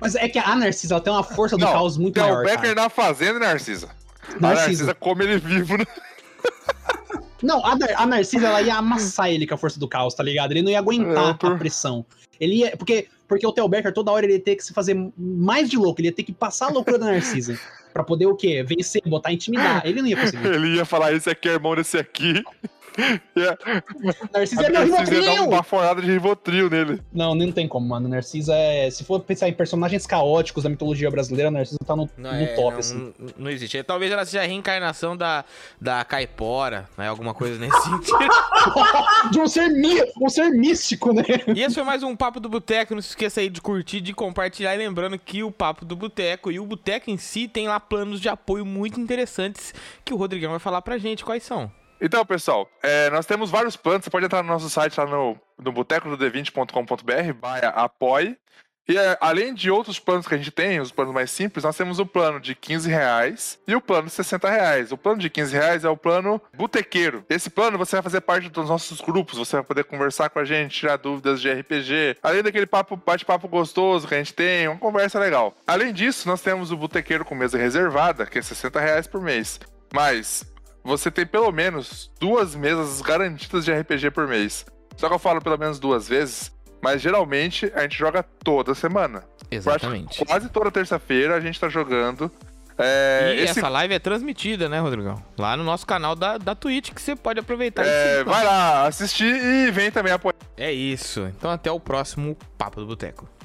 Mas é que a Narcisa ela tem uma força do Não, caos muito Theo maior. Becker cara. na fazenda, né, Narcisa. A Narcisa. Narcisa come ele vivo, né? Não, a, Nar- a Narcisa ela ia amassar ele com a força do caos, tá ligado? Ele não ia É, aguentar eu tô- a pressão. Ele ia. Porque, porque o Theo Becker toda hora ele ia ter que se fazer mais de louco, ele ia ter que passar a loucura da Narcisa. Pra poder o quê? Vencer, botar intimidar. Ele não ia conseguir. Ele ia falar, esse aqui é irmão desse aqui. Narcisa A é meu Narcisa ia dar um Rivotril! uma forada de Rivotril nele. Não, não tem como, mano. Narcisa é. Se for pensar em personagens caóticos da mitologia brasileira, Narcisa tá no, Não, no é, top, não, assim. não- não existe. É, Talvez ela seja a reencarnação da, da Caipora, né? Alguma coisa nesse sentido. De um ser, mi- um ser místico, né? E esse foi mais um Papo do Boteco. Não se esqueça aí de curtir, de compartilhar. E lembrando que o Papo do Boteco e o Boteco em si tem lá planos de apoio muito interessantes que o Rodrigão vai falar pra gente quais são. Então, pessoal, é, nós temos vários planos. Você pode entrar no nosso site lá no, no botecod20.com.br, barra apoie. E é, além de outros planos que a gente tem, os planos mais simples, nós temos o plano de 15 reais e o plano de 60 reais. O plano de 15 reais é o plano botequeiro. Esse plano você vai fazer parte dos nossos grupos, você vai poder conversar com a gente, tirar dúvidas de RPG. Além daquele papo, bate-papo gostoso que a gente tem, uma conversa legal. Além disso, nós temos o botequeiro com mesa reservada, que é 60 reais por mês. Mas você tem pelo menos duas mesas garantidas de RPG por mês. Só que eu falo pelo menos duas vezes, mas geralmente a gente joga toda semana. Exatamente. Praticamente Quase toda terça-feira a gente tá jogando. É, e esse- essa live é transmitida, né, Rodrigão? Lá no nosso canal da, da Twitch, que você pode aproveitar. e é, seguir lá. vai lá assistir e vem também apoiar. é isso. Então até o próximo Papo do Boteco.